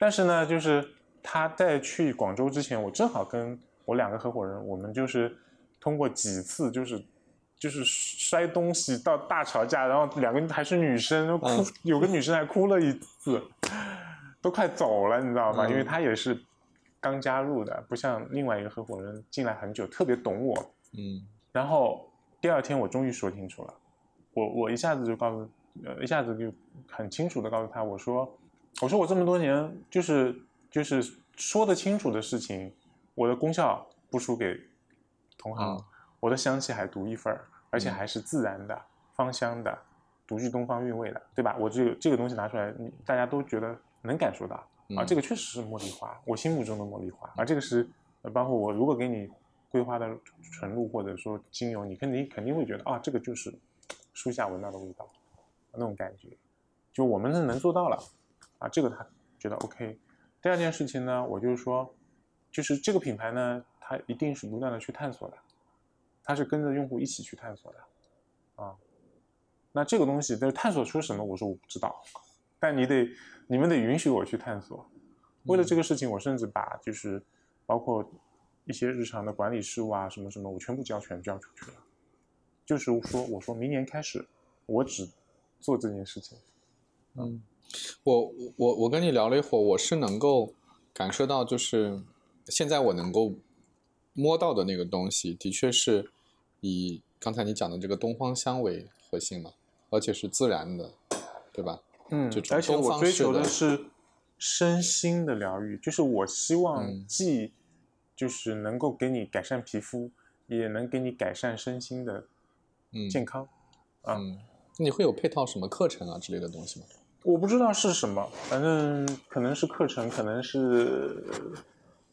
但是呢，就是他在去广州之前，我正好跟我两个合伙人，我们就是通过几次就是。就是摔东西到大吵架，然后两个还是女生，哭、嗯有个女生还哭了一次，都快走了，你知道吗？嗯因为她也是刚加入的，不像另外一个合伙人进来很久，特别懂我，嗯然后第二天我终于说清楚了，我我一下子就告诉，呃，一下子就很清楚的告诉他，我说，我说我这么多年就是就是说得清楚的事情，我的功效不输给同行，嗯我的香气还独一份儿，而且嗯还是自然的、芳香的、独具东方韵味的，对吧？我这个这个东西拿出来，你大家都觉得能感受到。啊，嗯这个确实是茉莉花，我心目中的茉莉花啊，这个是呃包括我如果给你规划的纯露或者说精油，你肯定肯定会觉得啊，这个就是树下闻到的味道，那种感觉，就我们是能做到了啊，这个他觉得 OK。第二件事情呢，我就是说，就是这个品牌呢，它一定是不断的去探索的，它是跟着用户一起去探索的啊。那这个东西，就是探索出什么，我说我不知道，但你得，你们得允许我去探索。为了这嗯个事情，我甚至把就是包括一些日常的管理事务啊，什么什么，我全部交全交出去了。就是说，我说明年开始，我只做这件事情。嗯，我我我跟你聊了一会儿，我是能够感受到，就是现在我能够摸到的那个东西，的确是以刚才你讲的这个东方香为核心嘛，而且是自然的，对吧？嗯这，种而且东我方追式求的的是身心的疗愈，就是我希望嗯既就是能够给你改善皮肤，也能给你改善身心的嗯健康。啊嗯，你会有配套什么课程啊之类的东西吗？我不知道是什么，反正可能是课程，可能是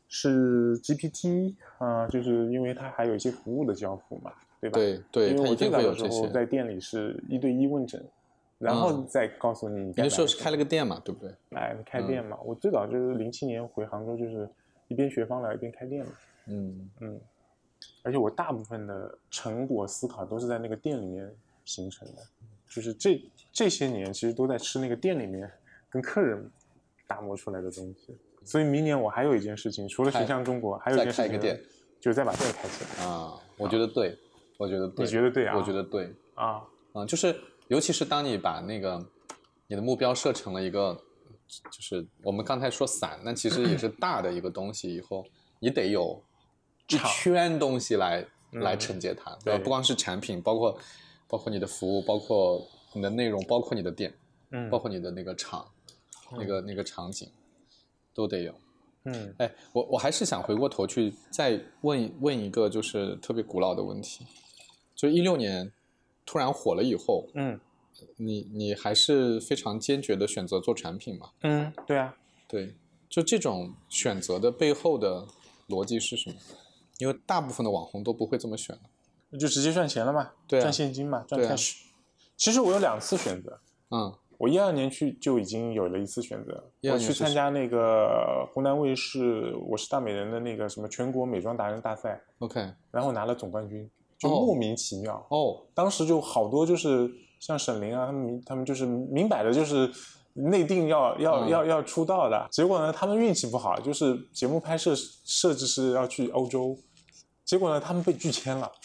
是 GPT 啊、就是因为它还有一些服务的交付嘛，对吧？对对，因它为我一最定早会有的时这候在些。店里是一对一问诊，然后嗯再告诉你你你该买那时候什是么开了个嗯店嘛，对不对？哎，开店嘛，我最早就是零七年回杭州，就是一边学芳疗一边开店嘛。嗯嗯，而且我大部分的成果思考都是在那个店里面形成的，就是这这些年其实都在吃那个店里面跟客人打磨出来的东西。所以明年我还有一件事情，除了开形象中国，还有一件事再情开一个店，就是再把店开起来啊，我觉得对，我觉得对，你觉得对啊我觉得对，啊。嗯，就是尤其是当你把那个你的目标设成了一个，就是我们刚才说散，那其实也是大的一个东西，以后你得有一场圈东西来来嗯承接它，对吧不光是产品，包括包括你的服务，包括你的内容，包括你的店，嗯，包括你的那个场，那个那个场景，都得有。嗯哎，我我还是想回过头去再问一问一个就是特别古老的问题，就一六年突然火了以后，嗯你你还是非常坚决的选择做产品嘛？嗯，对啊，对，就这种选择的背后的逻辑是什么？因为大部分的网红都不会这么选的。就直接赚钱了嘛，对啊赚现金嘛，赚对啊 cash。其实我有两次选择，嗯我一二年去就已经有了一次选择， 12我年去是参什加那个湖南卫视《我是大美人》的那个什么全国美妆达人大赛， ，OK，然后拿了总冠军，就哦莫名其妙。哦，当时就好多就是像沈凌啊，他们明他们就是明摆着就是内定要要嗯要要出道的，结果呢，他们运气不好，就是节目拍摄设置是要去欧洲，结果呢，他们被拒签了。 <laughs>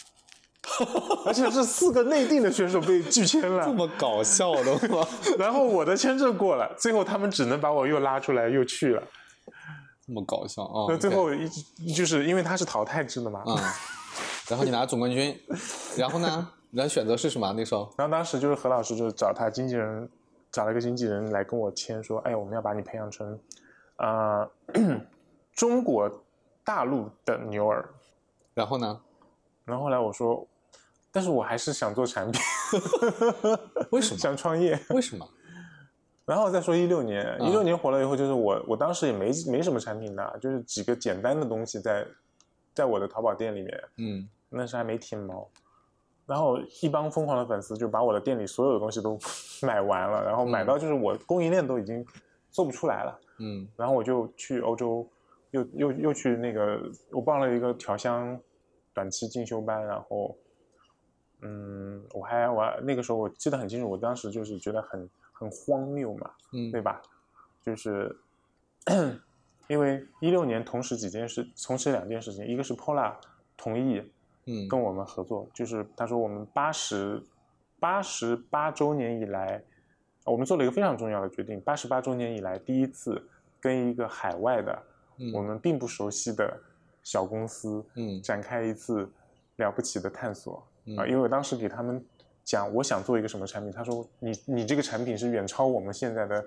而且是四个内定的选手被拒签了，这么搞笑的吗？ <laughs> 然后我的签证过了，最后他们只能把我又拉出来又去了。这么搞笑啊！那最 OK 后一就是因为他是淘汰制的嘛，嗯，然后你拿总冠军，然后呢？然后选择是什么？那时候然后当时就是何老师就是找他经纪人，找了一个经纪人来跟我签说，哎，我们要把你培养成，啊、 <clears throat> 中国大陆的牛耳。然后呢？然后后来我说，但是我还是想做产品， <laughs> 为什么？想创业。为什么？然后再说一六年，嗯一六年火了以后，就是我我当时也没没什么产品的，就是几个简单的东西在在我的淘宝店里面。嗯，那时还没天猫，然后一帮疯狂的粉丝就把我的店里所有的东西都 <laughs> 买完了，然后买到就是我供应链都已经做不出来了，嗯然后我就去欧洲，又又又去那个我报了一个调香短期进修班，然后嗯，我还我还那个时候我记得很清楚，我当时就是觉得很很荒谬嘛，嗯对吧？就是 <coughs> 因为一六年同时几件事，同时两件事情，一个是 Pola 同意嗯跟我们合作，就是他说我们八十八十八周年以来，我们做了一个非常重要的决定，八十八周年以来第一次跟一个海外的、嗯我们并不熟悉的小公司嗯展开一次了不起的探索、嗯啊！因为我当时给他们讲我想做一个什么产品，他说你你这个产品是远超我们现在的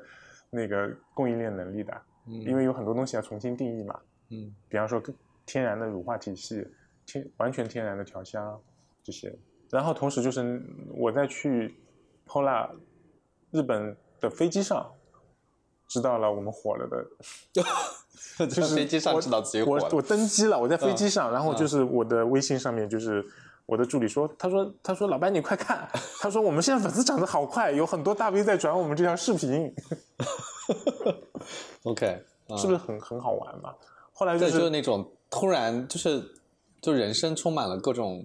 那个供应链能力的，嗯因为有很多东西要重新定义嘛。嗯比方说跟天然的乳化体系，天完全天然的调香这些。然后同时就是我在去 Pola 日本的飞机上，知道了我们火了的，就在是飞机上我知道自己火我我了，登机了，我在飞机上，然后嗯就是我的微信上面就是。我的助理说：“他说，他说，老白你快看，他说我们现在粉丝涨得好快，有很多大 V 在转我们这条视频，嗯 OK，嗯是不是很很好玩嘛？”后来对，是就是那种突然就是就人生充满了各种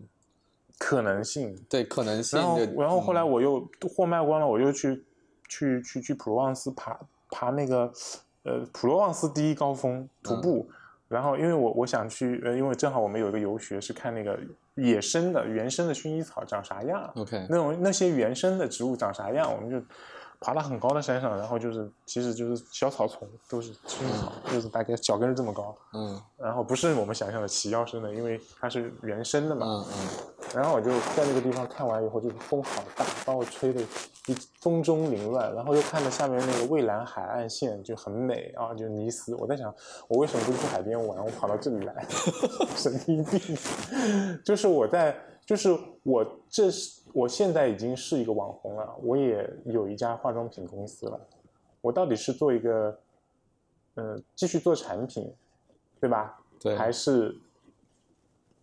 可能性，对可能性然后的，，然后后来嗯我又货卖光了，我又去去去去普罗旺斯爬爬那个呃普罗旺斯第一高峰徒嗯步。然后因为我我想去，呃，因为正好我们有一个游学是看那个野生的原生的薰衣草长啥样， OK，那种那些原生的植物长啥样，我们就爬到很高的山上，然后就是其实就是小草丛，都是薰衣草，就是大概脚跟儿这么高，嗯然后不是我们想象的齐腰深的，因为它是原生的嘛。嗯嗯，然后我就在那个地方看完以后，就是风好大，把我吹的一风中凌乱。然后又看了下面那个蔚蓝海岸线，就很美啊，就尼斯。我在想，我为什么不去海边玩，我跑到这里来， <laughs> 神经病！就是我在，就是我这是我现在已经是一个网红了，我也有一家化妆品公司了。我到底是做一个，嗯、继续做产品，对吧？对，还是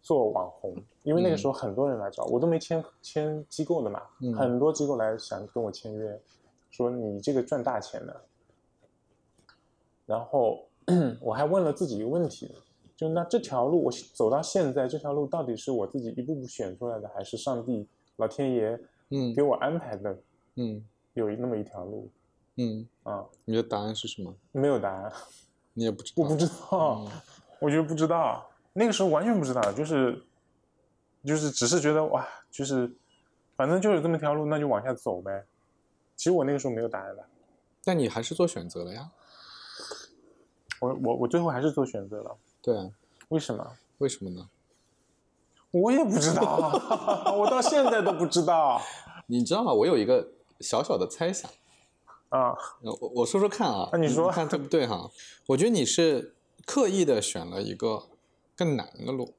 做网红，因为那个时候很多人来找、我，都没签签机构的嘛，嗯很多机构来想跟我签约，说你这个赚大 <clears throat> 钱的。然后我还问了自己一个问题，就那这条路我走到现在，这条路到底是我自己一步步选出来的，还是上帝、老天爷嗯给我安排的？嗯有那么一条路嗯，啊，你的答案是什么？没有答案，你也不知道。我不知道，嗯我觉得不知道，那个时候完全不知道，就是就是只是觉得哇，就是反正就有这么条路，那就往下走呗。其实我那个时候没有答案的，但你还是做选择了呀？我我我最后还是做选择了，对啊，为什么？为什么呢？我也不知 <laughs> 道，我到现在都不知道你知道吗？我有一个小小的猜想，啊。呃我我说说看啊，啊你说看对不对哈？我觉得你是刻意的选了一个更难的路，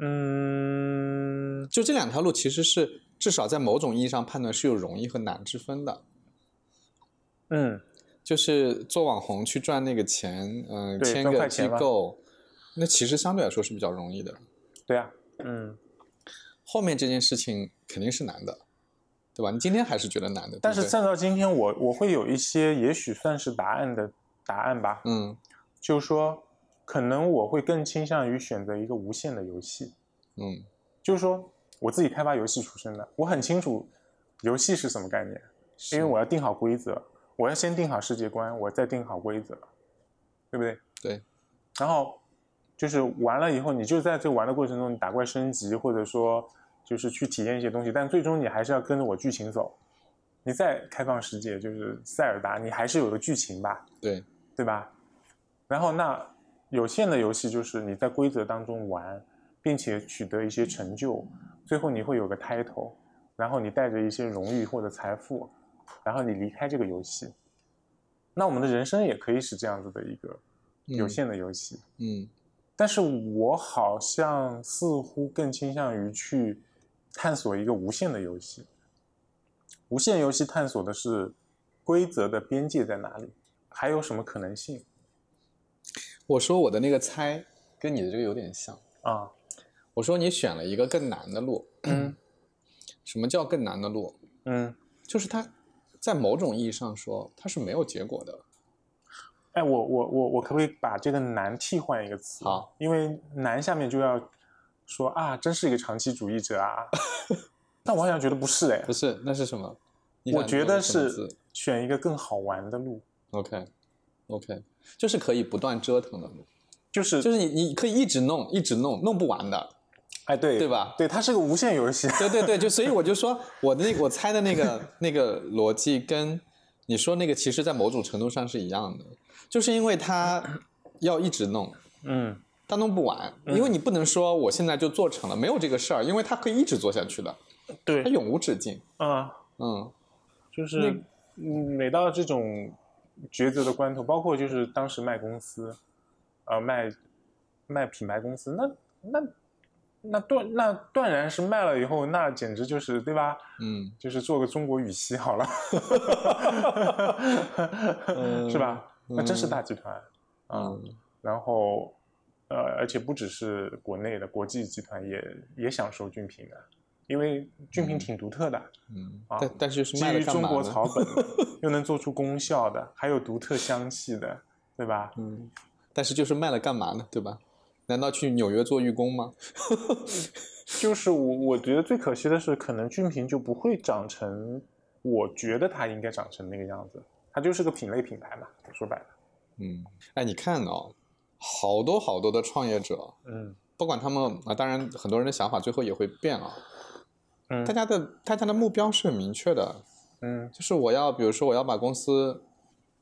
嗯，就这两条路其实是至少在某种意义上判断是有容易和难之分的。嗯，就是做网红去赚那个钱，嗯、对签赚个快机钱嘛构，那其实相对来说是比较容易的。对啊，嗯，后面这件事情肯定是难的，对吧？你今天还是觉得难的，但是对不对站到今天我，我会有一些也许算是答案的答案吧，嗯就是说，可能我会更倾向于选择一个无限的游戏，嗯就是说我自己开发游戏出身的，我很清楚游戏是什么概念，是因为我要定好规则，我要先定好世界观，我再定好规则，对不对？对，然后就是玩了以后，你就在这玩的过程中，你打怪升级，或者说就是去体验一些东西，但最终你还是要跟着我剧情走。你再开放世界，就是塞尔达，你还是有个剧情吧，对对吧？然后那有限的游戏就是你在规则当中玩，并且取得一些成就，最后你会有个 title，然后你带着一些荣誉或者财富，然后你离开这个游戏。那我们的人生也可以是这样子的一个有嗯限的游戏，嗯但是我好像似乎更倾向于去探索一个无限的游戏。无限游戏探索的是规则的边界在哪里，还有什么可能性我说我的那个猜跟你的这个有点像。啊？我说你选了一个更难的路，嗯什么叫更难的路？嗯，就是它在某种意义上说它是没有结果的。哎，我我我我可不可以把这个难替换一个词？好，因为难下面就要说啊，真是一个长期主义者 <laughs> 啊。但我好像觉得不是哎不，是，那是什么？你我想觉用的得什么是字选一个更好玩的路， OK OK，就是可以不断折腾的路，就是就是你你可以一直弄，一直弄，弄不完的。哎对对吧对，它是个无限游戏。对对对，就所以我就说我的那个我猜的那个那个逻辑跟你说那个其实在某种程度上是一样的，就是因为它要一直弄， <laughs> 嗯。它弄不完，因为你不能说我现在就做成了，没有这个事儿，因为它可以一直做下去的，对它，永无止境。啊、嗯就是嗯每到这种抉择的关头，包括就是当时卖公司，呃，卖卖品牌公司，那那那断那断然是卖了以后，那简直就是对吧？嗯就是做个中国羽西好了，<laughs> 嗯是吧？那真是大集团啊、嗯然后，呃，而且不只是国内的，国际集团也也想收俊平的，因为俊平嗯挺独特的。嗯，啊但但是是基卖了于干中嘛国呢？草 <laughs> 本的，又能做出功效的，还有独特香气的，对吧？嗯，但是就是卖了干嘛呢？对吧？难道去纽约做义工吗？就是我我觉得最可惜的是，可能俊平就不会长成我觉得它应该长成那个样子，它就是个品类品牌嘛，说白了，嗯，哎，你看哦，好多好多的创业者，嗯不管他们啊，当然很多人的想法最后也会变啊。嗯大家的大家的目标是很明确的，嗯就是我要，比如说我要把公司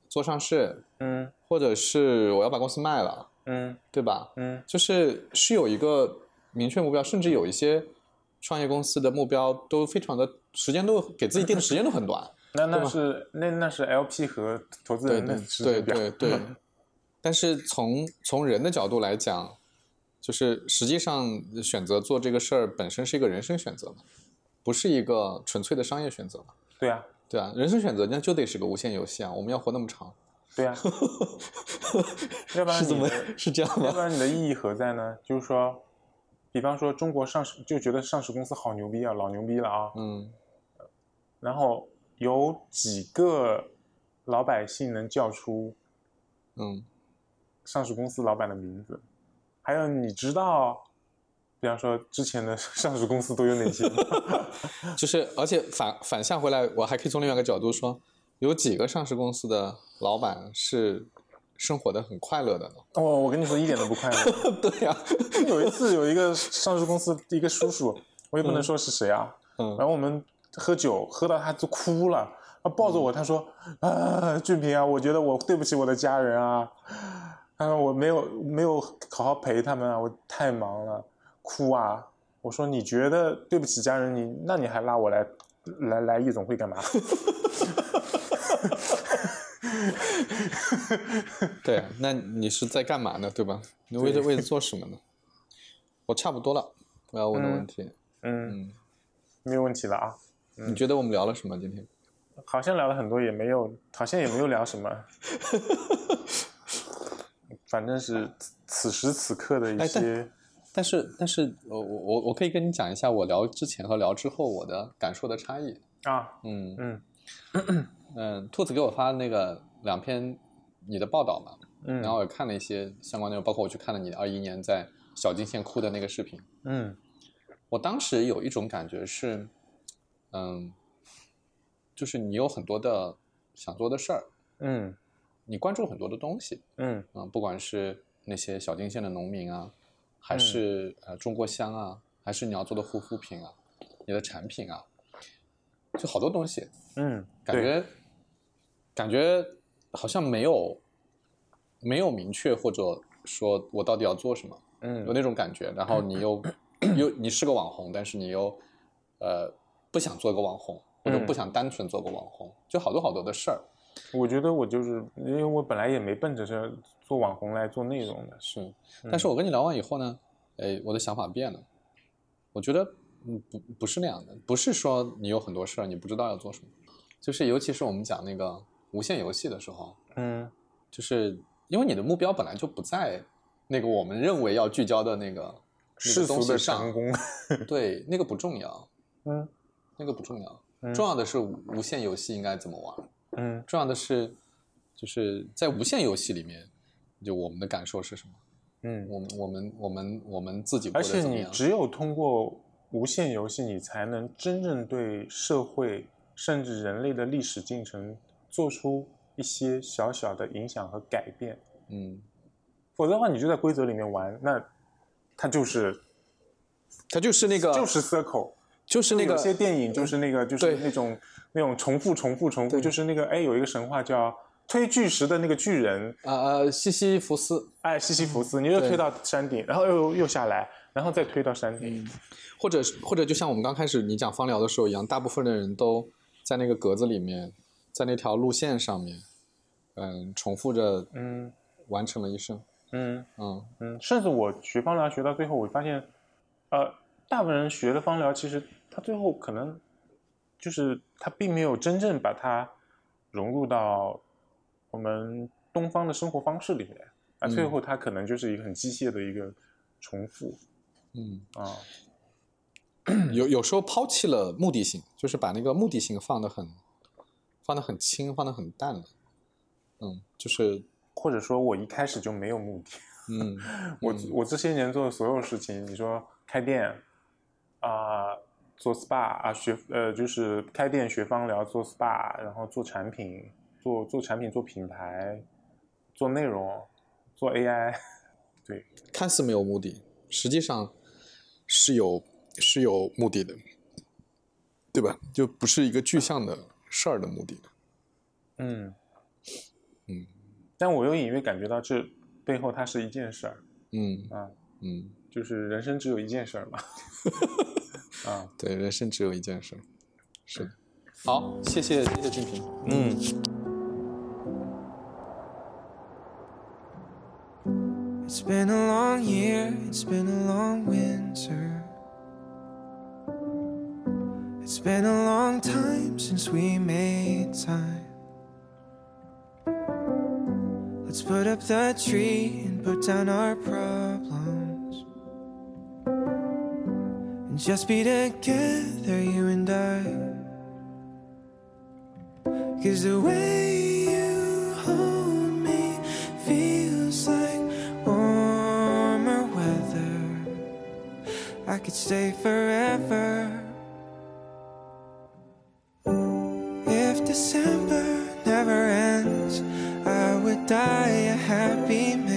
做上市，嗯或者是我要把公司卖了，嗯对吧？嗯就是是有一个明确目标，甚至有一些创业公司的目标都非常的时间都给自己定的时间都很短，那那是那那是 LP 和投资对人的对时对间表，对 <laughs> 对。但是从从人的角度来讲，就是实际上选择做这个事儿本身是一个人生选择嘛，不是一个纯粹的商业选择嘛。对啊对啊，人生选择那就得是个无限游戏啊！我们要活那么长， <laughs> 对啊，要不然是怎你么的是这 <laughs> 样要不吗？然你的意义何在呢？就是说，比方说中国上市就觉得上市公司好牛逼啊，老牛逼了啊，嗯然后有几个老百姓能叫出嗯上市公司老板的名字，还有你知道，比方说之前的上市公司都有哪些吗？就是而且反反向回来，我还可以从另外一个角度说，有几个上市公司的老板是生活的很快乐的呢？ <laughs> 哦， <laughs> 我跟你说一点都不快乐。对啊呀、 <laughs> 有一次有一个上市公司一个叔叔，我也不能说是谁啊，嗯然后我们喝酒喝到他都哭了，他抱着我，他说：“啊，俊平啊，我觉得我对不起我的家人啊，他说我没有没有好好陪他们啊，我太忙了，哭啊。”我说：“你觉得对不起家人，你那你还拉我来来来夜总会干嘛？”对，啊那你是在干嘛呢？对吧？你为对 <laughs> 这为了做什么呢？我差不多了，我要问的问题，嗯，嗯，没有问题了啊。你觉得我们聊了什么今天？好像聊了很多，也没有，好像也没有聊什么，反正是此此时此刻的一哎些，但是但是我我我我可以跟你讲一下我聊之前和聊之后我的感受的差异。啊，嗯嗯嗯，兔子给我发那个两篇你的报道嘛，嗯，然后我也看了一些相关内容，包括我去看了你二一年在小金县哭的那个视频。嗯我当时有一种感觉是，嗯，就是你有很多的想做的事儿，嗯你关注很多的东西，嗯嗯，不管是那些小金县的农民啊，还嗯是、呃中国香啊，还是你要做的护肤品啊，你的产品啊，就好多东西，嗯，感对觉感觉好像没有没有明确或者说我到底要做什么，有嗯那种感觉。然后你又又你是个网红，但是你又呃不想做个网红，或者嗯不想单纯做个网红，就好多好多的事儿。我觉得我就是因为我本来也没奔着这做网红来做内容的，是，但嗯是我跟你聊完以后呢，哎，我的想法变了，我觉得嗯不不是那样的，不是说你有很多事儿你不知道要做什么，就是尤其是我们讲那个无限游戏的时候，嗯就是因为你的目标本来就不在那个我们认为要聚焦的那个那世个东俗西的上成， <laughs> 功，对，那个不重要，嗯那个不重要，嗯重要的是无限游戏应该怎么玩，嗯重要的是就是在无限游戏里面，就我们的感受是什么。嗯，我们我们我们我们自己过而得且怎么你样？只有通过无限游戏，你才能真正对社会甚至人类的历史进程做出一些小小的影响和改变。嗯，否则的话，你就在规则里面玩，那它就是它就是那个就是 circle。就是那有个嗯些电影就是那个就是对那种那种重复重复重复，对就是那个哎有一个神话叫推巨石的那个巨人，啊啊西西弗斯，哎西西弗斯，你又嗯对推到山顶，然后又又下来，然后再推到山顶。或者是或者就像我们刚开始你讲芳疗的时候一样，大部分的人都在那个格子里面，在那条路线上面，嗯，重复着嗯完成了一生。嗯嗯，嗯，甚至我学芳疗学到最后，我发现，呃，大部分人学的芳疗，其实他最后可能就是他并没有真正把它融入到我们东方的生活方式里面，啊，最嗯后他可能就是一个很机械的一个重复嗯，啊，有有时候抛弃了目的性，就是把那个目的性放得很放得很轻，放得很淡了。嗯，就是或者说我一开始就没有目的。嗯我嗯我这些年做的所有事情，你说开店啊、做 SPA 啊，学呃就是开店学芳疗，做 SPA，然后做产品，做做产品做品牌，做内容，做 AI，看似没有目的，实际上是有是有目的的，对吧？就不是一个具象的事儿的目的。 <laughs> 嗯嗯，但我又隐约感觉到这背后它是一件事儿嗯啊，嗯，就是人生只有一件事儿嘛，啊，对，人生只有一件事，是的。好，谢谢谢谢俊平。嗯。 It's been a long year, it's been a long winter. It's been a long time since we made time. Let's put up the tree and put down our problems. And just be together, you and I. Cause the way you hold me feels like I could stay forever. If December never ends, I would die a happy man.